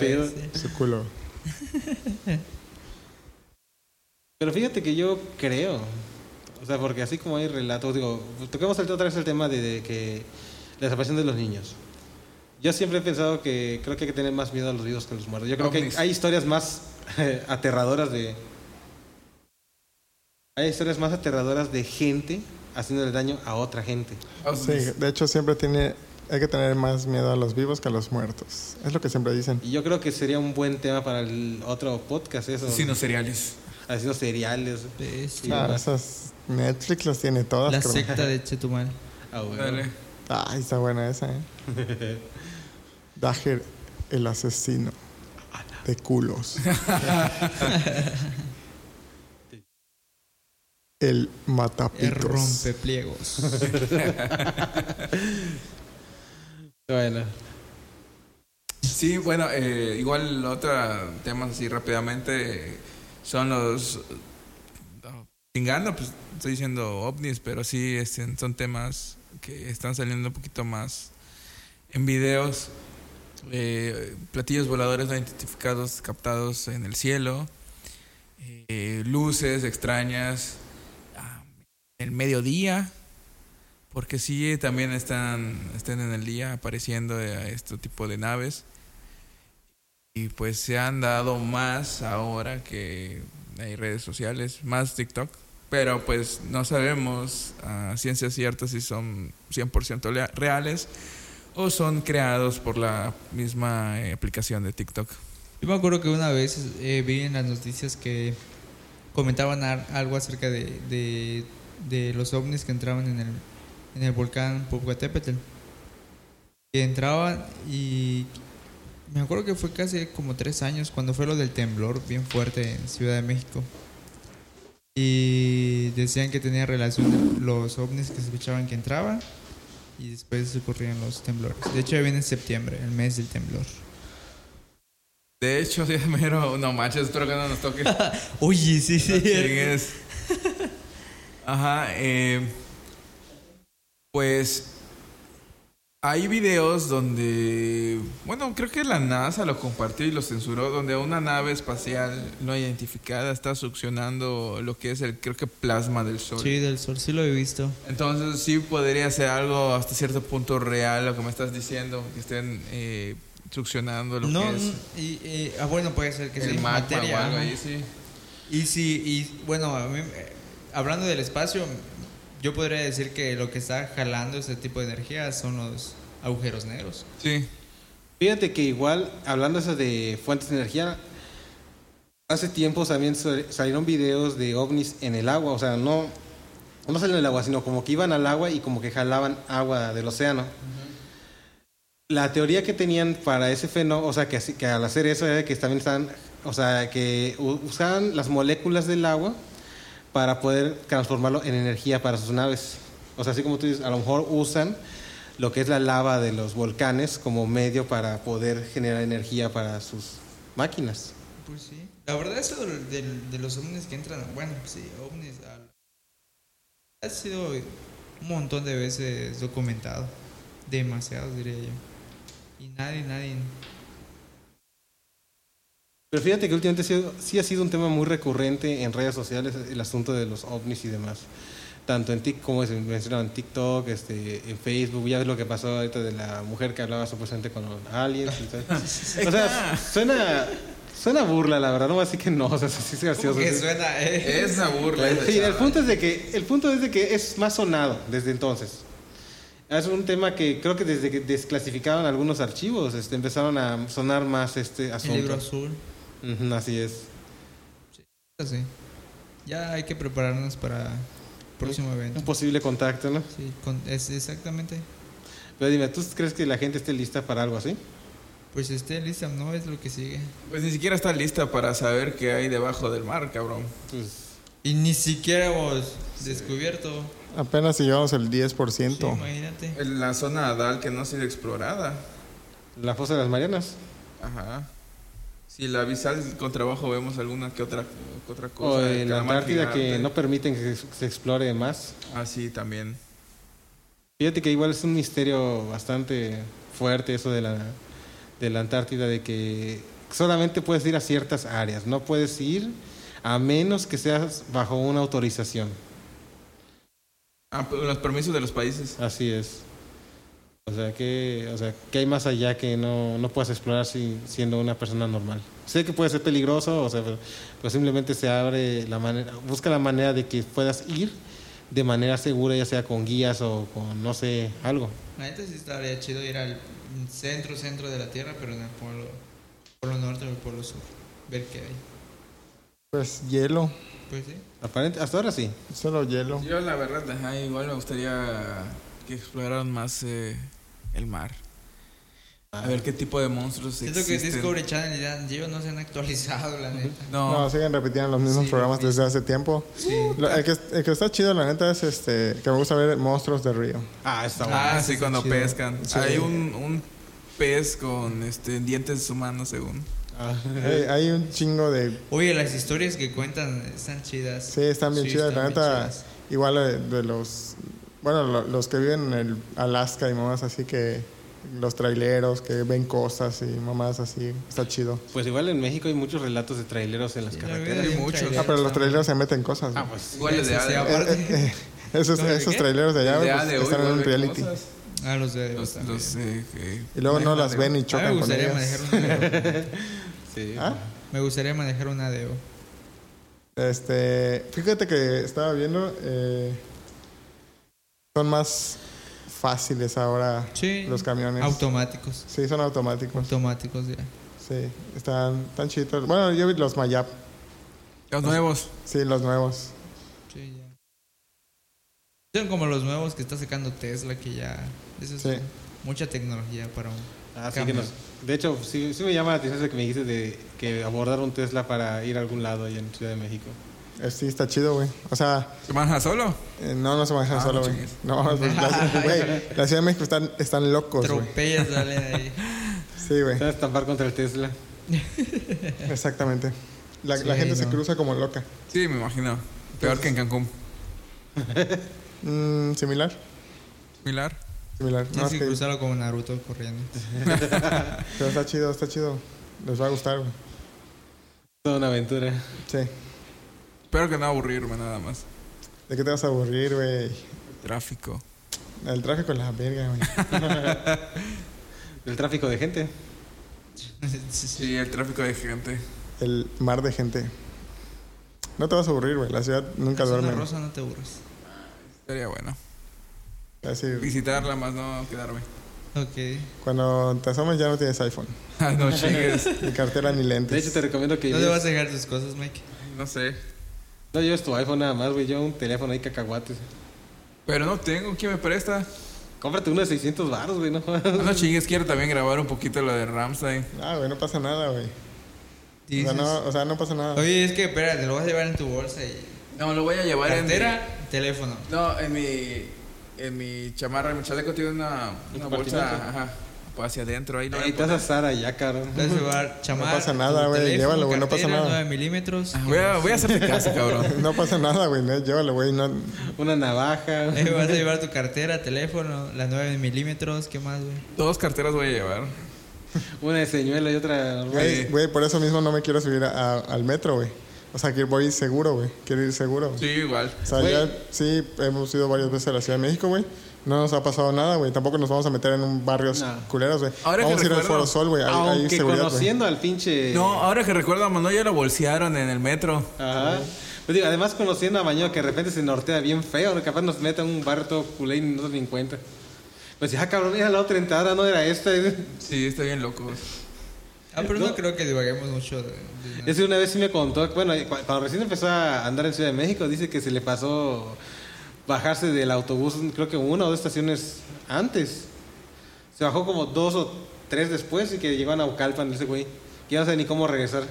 Speaker 3: Pero-
Speaker 2: Su culo.
Speaker 3: Pero fíjate que yo creo, o sea, porque así como hay relatos, digo, toquemos el- otra vez el tema de, de que la desaparición de los niños. Yo siempre he pensado que creo que hay que tener más miedo a los vivos que a los muertos. Yo creo que
Speaker 1: Ovnis.
Speaker 3: hay historias más eh, aterradoras de... Hay historias más aterradoras de gente haciéndole daño a otra gente.
Speaker 2: Sí, de hecho siempre tiene. Hay que tener más miedo a los vivos que a los muertos. Es lo que siempre dicen.
Speaker 3: Y yo creo que sería un buen tema para el otro podcast, eso.
Speaker 1: Asesinos seriales.
Speaker 3: Asesinos seriales. Sí,
Speaker 2: Claro,
Speaker 3: ¿verdad?
Speaker 2: Ah, esas Netflix las tiene todas.
Speaker 4: La
Speaker 2: creo.
Speaker 4: secta de Chetumal.
Speaker 3: Ah, bueno.
Speaker 1: Dale.
Speaker 2: Ay, está buena esa, ¿eh? Dager, el asesino. de culos. El
Speaker 4: El
Speaker 2: matapitos.
Speaker 4: rompepliegos.
Speaker 3: Bueno,
Speaker 1: Sí, bueno, eh, igual otro tema así rápidamente eh, son los... no, Chingando, pues estoy diciendo ovnis, pero sí este, son temas que están saliendo un poquito más en videos. Eh, platillos voladores no identificados captados en el cielo. Eh, luces extrañas ah, en el mediodía. Porque sí, también están, están en el día apareciendo eh, este tipo de naves. Y pues se han dado más ahora que hay redes sociales, más TikTok. Pero pues no sabemos a ciencia cierta si son 100% lea- reales o son creados por la misma eh, aplicación de TikTok.
Speaker 4: Yo me acuerdo que una vez eh, vi en las noticias que comentaban ar- algo acerca de, de, de los ovnis que entraban en el, en el volcán Popocatépetl. Que entraban y me acuerdo que fue casi como tres años cuando fue lo del temblor bien fuerte en Ciudad de México. Y decían que tenía relación los ovnis que sospechaban que entraban y después ocurrían los temblores. De hecho, ya viene septiembre, el mes del temblor.
Speaker 1: De hecho, Dios mero, no manches, espero que no nos toque.
Speaker 4: Oye, sí, sí.
Speaker 1: Chingues. Ajá, eh, pues hay videos donde, bueno, creo que la NASA lo compartió y lo censuró, donde una nave espacial no identificada está succionando lo que es el, creo que plasma del Sol.
Speaker 4: Sí, del sol, sí lo he visto.
Speaker 1: Entonces sí podría ser algo hasta cierto punto real lo que me estás diciendo, que estén eh, succionando lo
Speaker 4: No,
Speaker 1: que es
Speaker 4: y, eh, ah, bueno, puede ser que sea
Speaker 1: el magma o
Speaker 4: materia.
Speaker 1: algo
Speaker 4: ajá.
Speaker 1: ahí, sí.
Speaker 4: Y sí, y bueno, a mí, eh, hablando del espacio, yo podría decir que lo que está jalando este tipo de energía son los agujeros negros.
Speaker 1: Sí.
Speaker 3: fíjate que igual, hablando eso de fuentes de energía, hace tiempo también sal- salieron videos de ovnis en el agua, o sea, no, no salieron en el agua, sino como que iban al agua y como que jalaban agua del océano. La teoría que tenían para ese fenómeno, o sea, que, así- que al hacer eso era que también estaban, o sea, que u- usaban las moléculas del agua para poder transformarlo en energía para sus naves. O sea, así como tú dices, a lo mejor usan lo que es la lava de los volcanes como medio para poder generar energía para sus máquinas.
Speaker 4: Pues sí. La verdad, eso del- del- de los ovnis que entran, bueno, pues sí, ovnis. al- ha sido un montón de veces documentado. Demasiado, diría yo. Y nadie, nadie.
Speaker 3: Pero fíjate que últimamente sí, sí ha sido un tema muy recurrente en redes sociales el asunto de los ovnis y demás. Tanto en TikTok, como se mencionaba en TikTok, este, en Facebook, ya ves lo que pasó ahorita de la mujer que hablaba supuestamente con los aliens y todo. O sea, suena, suena burla, la verdad, no así que no, o sea, sí es
Speaker 4: Como
Speaker 3: gracioso.
Speaker 4: que
Speaker 3: sí.
Speaker 4: suena, eh.
Speaker 1: Es una burla. esa
Speaker 3: Sí, el
Speaker 1: chava.
Speaker 3: punto es de que el punto es de que es más sonado desde entonces. Es un tema que creo que desde que desclasificaron algunos archivos, este, empezaron a sonar más este
Speaker 4: El
Speaker 3: asunto.
Speaker 4: libro azul.
Speaker 3: Ujú, así es.
Speaker 4: Así. Ya hay que prepararnos para el próximo evento.
Speaker 3: Un posible contacto, ¿no?
Speaker 4: Sí, con- es exactamente.
Speaker 3: Pero dime, ¿tú crees que la gente esté lista para algo así?
Speaker 4: Pues esté lista, no es lo que sigue.
Speaker 1: Pues ni siquiera está lista para saber qué hay debajo del mar, cabrón.
Speaker 3: Pues,
Speaker 4: Y ni siquiera hemos descubierto.
Speaker 2: Apenas si llevamos el 10%.
Speaker 4: Sí, imagínate.
Speaker 1: En la zona Adal que no ha sido explorada.
Speaker 3: la fosa de las Marianas.
Speaker 1: Ajá. Si la avisal con trabajo vemos alguna que otra, que otra
Speaker 3: O
Speaker 1: cosa.
Speaker 3: en la
Speaker 1: calamar
Speaker 3: Antártida que
Speaker 1: gigante.
Speaker 3: no permiten que se- se explore más.
Speaker 1: Ah, sí, también.
Speaker 3: Fíjate que igual es un misterio bastante fuerte eso de la, de la Antártida, de que solamente puedes ir a ciertas áreas, no puedes ir a menos que seas bajo una autorización.
Speaker 1: Ah, pero los permisos de los países.
Speaker 3: Así es. O sea, que, o sea, que hay más allá que no, no puedes explorar si, siendo una persona normal. Sé que puede ser peligroso, o sea, pero, pero simplemente se abre la manera, busca la manera de que puedas ir de manera segura, ya sea con guías o con, no sé, algo.
Speaker 4: La neta sí estaría chido ir al centro, centro de la Tierra, pero en el polo, polo norte o el polo sur. Ver qué hay.
Speaker 2: Pues hielo,
Speaker 4: Pues sí.
Speaker 3: Aparente, hasta ahora sí.
Speaker 2: solo hielo.
Speaker 1: Yo, la verdad, ajá, igual me gustaría que exploraran más eh, el mar. A ver qué tipo de monstruos
Speaker 4: Siento que
Speaker 1: existen.
Speaker 4: Discovery Channel y Dan Geo no se han actualizado, la neta.
Speaker 1: No,
Speaker 2: No, siguen repitiendo los mismos
Speaker 4: Sí,
Speaker 2: programas
Speaker 4: sí.
Speaker 2: desde hace tiempo. Lo- el, que, el que está chido, la neta, es este que me gusta ver Monstruos de Río.
Speaker 3: Ah, está bueno.
Speaker 1: Ah,
Speaker 4: Ah,
Speaker 1: sí,
Speaker 4: sí,
Speaker 1: cuando
Speaker 4: está chido.
Speaker 1: pescan.
Speaker 2: Sí.
Speaker 1: Hay un, un pez con este, dientes humanos, según.
Speaker 2: Hay, Eh, hay un chingo de
Speaker 4: Oye, las historias que cuentan están chidas.
Speaker 2: Sí, están bien chidas, la
Speaker 4: están bien
Speaker 2: neta.
Speaker 4: chidas.
Speaker 2: Igual eh, de los. Bueno, lo- los que viven en el Alaska y mamás así que. Los traileros que ven cosas y mamás así. Está chido.
Speaker 3: Pues igual en México hay muchos relatos de traileros en las
Speaker 4: Sí, la
Speaker 3: carreteras.
Speaker 4: vida de un
Speaker 1: muchos.
Speaker 4: trailer
Speaker 2: Ah, pero los
Speaker 4: está-
Speaker 2: traileros se meten cosas.
Speaker 3: Ah,
Speaker 2: güey.
Speaker 3: pues.
Speaker 1: Igual el de
Speaker 4: Sí, sí,
Speaker 1: Ale.
Speaker 4: aparte.
Speaker 2: Eh, esos,
Speaker 4: ¿Cómo de
Speaker 2: esos
Speaker 4: qué?
Speaker 2: traileros de allá
Speaker 1: El de
Speaker 2: pues,
Speaker 1: Ale hoy
Speaker 2: están en un
Speaker 1: vuelve
Speaker 2: reality.
Speaker 1: cosas.
Speaker 4: Ah, los de.
Speaker 1: Los,
Speaker 4: también.
Speaker 1: los, eh, que-
Speaker 2: Y luego no
Speaker 1: manejan
Speaker 2: las
Speaker 1: de-
Speaker 2: ven y
Speaker 4: A mí
Speaker 2: chocan
Speaker 4: me
Speaker 2: con
Speaker 4: gustaría
Speaker 2: ellas.
Speaker 4: manejar una DO.
Speaker 3: Sí.
Speaker 2: ¿Ah?
Speaker 4: Me gustaría manejar una DO.
Speaker 2: Este, fíjate que estaba viendo, eh, son más fáciles ahora
Speaker 4: Sí.
Speaker 2: los camiones. Pues.
Speaker 4: Automáticos.
Speaker 2: sí, son automáticos.
Speaker 4: Automáticos, ya.
Speaker 2: Sí, están tan chiditos. Bueno, yo vi los Mayap,
Speaker 1: Los nuevos.
Speaker 2: sí, los nuevos.
Speaker 4: Sí, ya. Son como los nuevos que está sacando Tesla, que ya. Eso es
Speaker 2: Sí.
Speaker 4: mucha tecnología para un.
Speaker 3: Así Ah, que
Speaker 4: cambio.
Speaker 3: nos, de hecho, sí, sí me llama la atención eso que me dijiste de que abordar un Tesla para ir a algún lado allá en Ciudad de México.
Speaker 2: Eh, Sí, está chido, güey. O sea,
Speaker 1: ¿Se maneja solo?
Speaker 2: eh, no, no se manejan
Speaker 1: Ah, no
Speaker 2: solo, güey.
Speaker 1: chingues.
Speaker 2: No, pues, la, güey, la Ciudad de México están, están locos, Pues, güey.
Speaker 4: Tropellas, dale ahí.
Speaker 2: Sí, güey,
Speaker 3: Te vas a estampar contra el Tesla.
Speaker 2: exactamente. La, la
Speaker 4: Sí,
Speaker 2: gente se
Speaker 4: no.
Speaker 2: cruza como loca.
Speaker 1: Sí, me imagino. Peor que en Cancún.
Speaker 2: Mm, similar,
Speaker 1: Milar.
Speaker 2: similar. No,
Speaker 4: Tienes
Speaker 2: es
Speaker 4: que
Speaker 2: que,
Speaker 4: cruzarlo como Naruto corriendo.
Speaker 2: pero está chido, está chido. Les va a gustar, güey.
Speaker 3: Toda una aventura.
Speaker 2: Sí.
Speaker 1: Espero que no aburrirme nada más.
Speaker 2: ¿De qué te vas a aburrir, güey?
Speaker 1: Tráfico.
Speaker 2: El tráfico es la verga, güey.
Speaker 3: El tráfico de gente.
Speaker 1: Sí, el tráfico de gente.
Speaker 2: El mar de gente. No te vas a aburrir, güey. La ciudad nunca
Speaker 4: Es una
Speaker 2: duerme.
Speaker 4: rosa, no te aburres.
Speaker 1: Estaría bueno.
Speaker 2: Así,
Speaker 1: Visitarla más, no quedarme.
Speaker 4: Ok.
Speaker 2: cuando te asomas ya no tienes iPhone.
Speaker 1: Ah, no chingues.
Speaker 2: Ni cartera ni lentes.
Speaker 3: De hecho, te recomiendo que
Speaker 4: No te
Speaker 3: lleves-
Speaker 4: vas a dejar tus cosas, Mike.
Speaker 1: No sé.
Speaker 3: no lleves tu iPhone nada más, güey. Yo un teléfono ahí cacahuates.
Speaker 1: Pero no tengo. ¿Quién me presta?
Speaker 3: Cómprate uno de 600 baros, güey, no jodas.
Speaker 1: Ah, No chingues. Quiero también grabar un poquito lo de Ramstein.
Speaker 2: Ah, güey, no pasa nada, güey. O sea,
Speaker 4: Dices,
Speaker 2: no, o sea, no pasa nada.
Speaker 4: Oye, es que espérate, lo vas a llevar en tu bolsa y.
Speaker 1: No, lo voy a llevar en. mi-
Speaker 4: Cartera, teléfono.
Speaker 1: No, en mi. En mi chamarra, en mi chaleco tiene una, una bolsa.
Speaker 3: compartimento.
Speaker 1: Ajá. Pues hacia adentro, ahí lo voy
Speaker 3: Ahí
Speaker 1: a
Speaker 3: te vas
Speaker 1: poner.
Speaker 3: a Sara ya, cabrón.
Speaker 4: Vas a llevar chamarra.
Speaker 2: pasa nada,
Speaker 4: tu
Speaker 2: güey,
Speaker 4: teléfono,
Speaker 2: llévalo, güey, no pasa
Speaker 4: cartera,
Speaker 2: nada.
Speaker 4: 9 milímetros.
Speaker 1: Ah, Voy a, voy a hacerte caso, cabrón.
Speaker 2: No pasa nada, güey. ¿no? Llévalo, güey. No,
Speaker 3: Una navaja.
Speaker 4: Eh, vas a llevar tu cartera, teléfono, las 9 milímetros, ¿qué más, güey?
Speaker 1: Dos carteras voy a llevar.
Speaker 3: Una de señuelo y otra.
Speaker 2: güey,
Speaker 1: Sí.
Speaker 2: güey, por eso mismo no me quiero subir a- a- al metro, güey. O sea, que voy seguro, güey. Quiero ir seguro.
Speaker 1: Sí, igual.
Speaker 2: O sea,
Speaker 3: Güey.
Speaker 2: ya sí hemos ido varias veces a la Ciudad de México, güey. No nos ha pasado nada, güey. Tampoco nos vamos a meter en un barrio
Speaker 3: No.
Speaker 2: culeros, güey.
Speaker 1: Ahora que
Speaker 2: Vamos a ir al
Speaker 1: recuerdo,
Speaker 2: Foro Sol, güey. Hay, hay
Speaker 3: Aunque
Speaker 2: seguridad, güey.
Speaker 3: conociendo al pinche.
Speaker 1: No, ahora que recuerdo a Manuel, ya lo bolsearon en el metro.
Speaker 3: Ajá. Pues digo, además conociendo a Maño que de repente se nortea bien feo, ¿no? capaz nos meta en un barrio todo culé y no se ni en cuenta. Pues ya cabrón, era la otra entrada, no era esta.
Speaker 1: Sí, está bien loco.
Speaker 4: Ah, pero no, creo que divaguemos mucho. de- de-
Speaker 3: Ese una vez sí me contó, bueno, cu- cuando recién empezó a andar en Ciudad de México, dice que se le pasó bajarse del autobús, creo que una o dos estaciones antes. Se bajó como dos o tres después y que llegó a Naucalpan ese güey. Que ya no sé ni cómo regresar.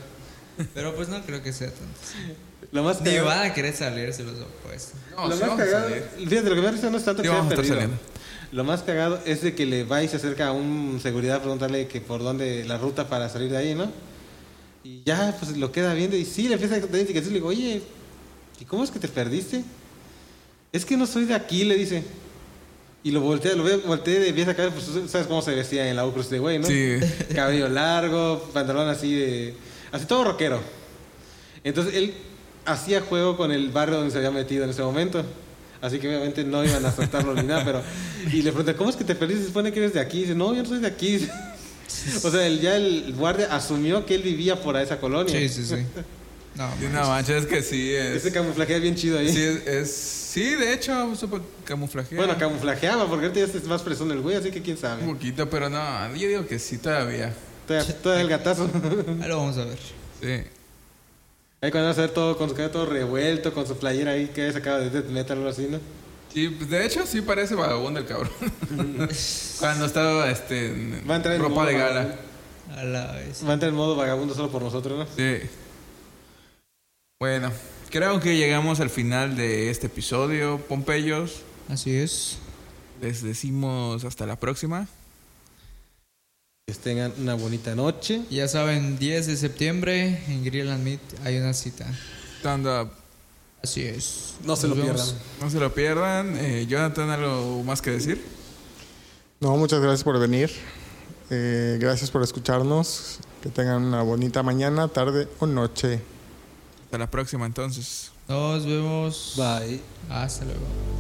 Speaker 4: Pero pues no creo que sea tanto.
Speaker 3: Lo más
Speaker 4: Ni
Speaker 3: cagado-
Speaker 4: van a querer salir, se los opuestos.
Speaker 1: No,
Speaker 3: lo
Speaker 1: sí
Speaker 3: más
Speaker 1: vamos a
Speaker 3: cagado,
Speaker 1: salir.
Speaker 3: fíjate, lo que me risa no es tanto
Speaker 1: Sí,
Speaker 3: que se haya
Speaker 1: vamos a estar
Speaker 3: perdido.
Speaker 1: saliendo.
Speaker 3: Lo más cagado es de que le va y se acerca a un seguridad a preguntarle que por dónde la ruta para salir de ahí, ¿no? Y ya, pues lo queda viendo y sí, le empieza a decir, le digo, oye, ¿y cómo es que te perdiste? Es que no soy de aquí, le dice. Y lo voltea, lo veo, voltea y empieza a caer, pues sabes cómo se vestía en la UCRUS de güey, ¿no?
Speaker 1: Sí.
Speaker 3: Cabello largo, pantalón así de. Así todo rockero. Entonces él hacía juego con el barrio donde se había metido en ese momento. Así que obviamente no iban a soltarlo ni nada, pero. Y le pregunté, ¿cómo es que te perdiste? Se supone que eres de aquí. dice, no, yo no soy de aquí. o sea, él- ya el guardia asumió que él vivía por esa colonia.
Speaker 4: Sí, sí, sí. No,
Speaker 1: Sí,
Speaker 4: man.
Speaker 1: no manches, es que sí es.
Speaker 3: Ese camuflajea bien chido ahí.
Speaker 1: Sí, es, es- sí, de hecho, super camuflajeado.
Speaker 3: Bueno, camuflajeaba, porque ahorita ya es más presón el güey, así que quién sabe.
Speaker 1: Un poquito, pero no, yo digo que sí todavía.
Speaker 3: Todavía, todavía el gatazo.
Speaker 4: Ahí lo vamos a ver.
Speaker 1: Sí.
Speaker 3: Ahí cuando va a ser todo con su cabello todo revuelto, con su playera ahí que había sacado de death metal o algo así, ¿no?
Speaker 1: Sí, pues, de hecho sí parece vagabundo el cabrón. Cuando estaba este en
Speaker 3: Va a entrar en
Speaker 1: ropa
Speaker 3: modo
Speaker 1: de gala.
Speaker 3: vagabundo.
Speaker 4: A la vez.
Speaker 3: Va a entrar en modo vagabundo solo por nosotros, ¿no?
Speaker 1: Sí. Bueno, creo que llegamos al final de este episodio, Pompeyos.
Speaker 4: Así es.
Speaker 1: Les decimos hasta la próxima.
Speaker 3: Que tengan una bonita noche.
Speaker 4: Ya saben, 10 de septiembre en Greenland Meet hay una cita.
Speaker 1: Stand up.
Speaker 4: Así es.
Speaker 3: No se
Speaker 4: Nos
Speaker 3: lo
Speaker 4: vemos.
Speaker 3: pierdan.
Speaker 1: No se lo pierdan. Eh, Jonathan, ¿algo más que decir?
Speaker 2: No, muchas gracias por venir. Eh, gracias por escucharnos. Que tengan una bonita mañana, tarde o noche.
Speaker 1: Hasta la próxima entonces.
Speaker 4: Nos vemos.
Speaker 3: Bye.
Speaker 4: Hasta luego.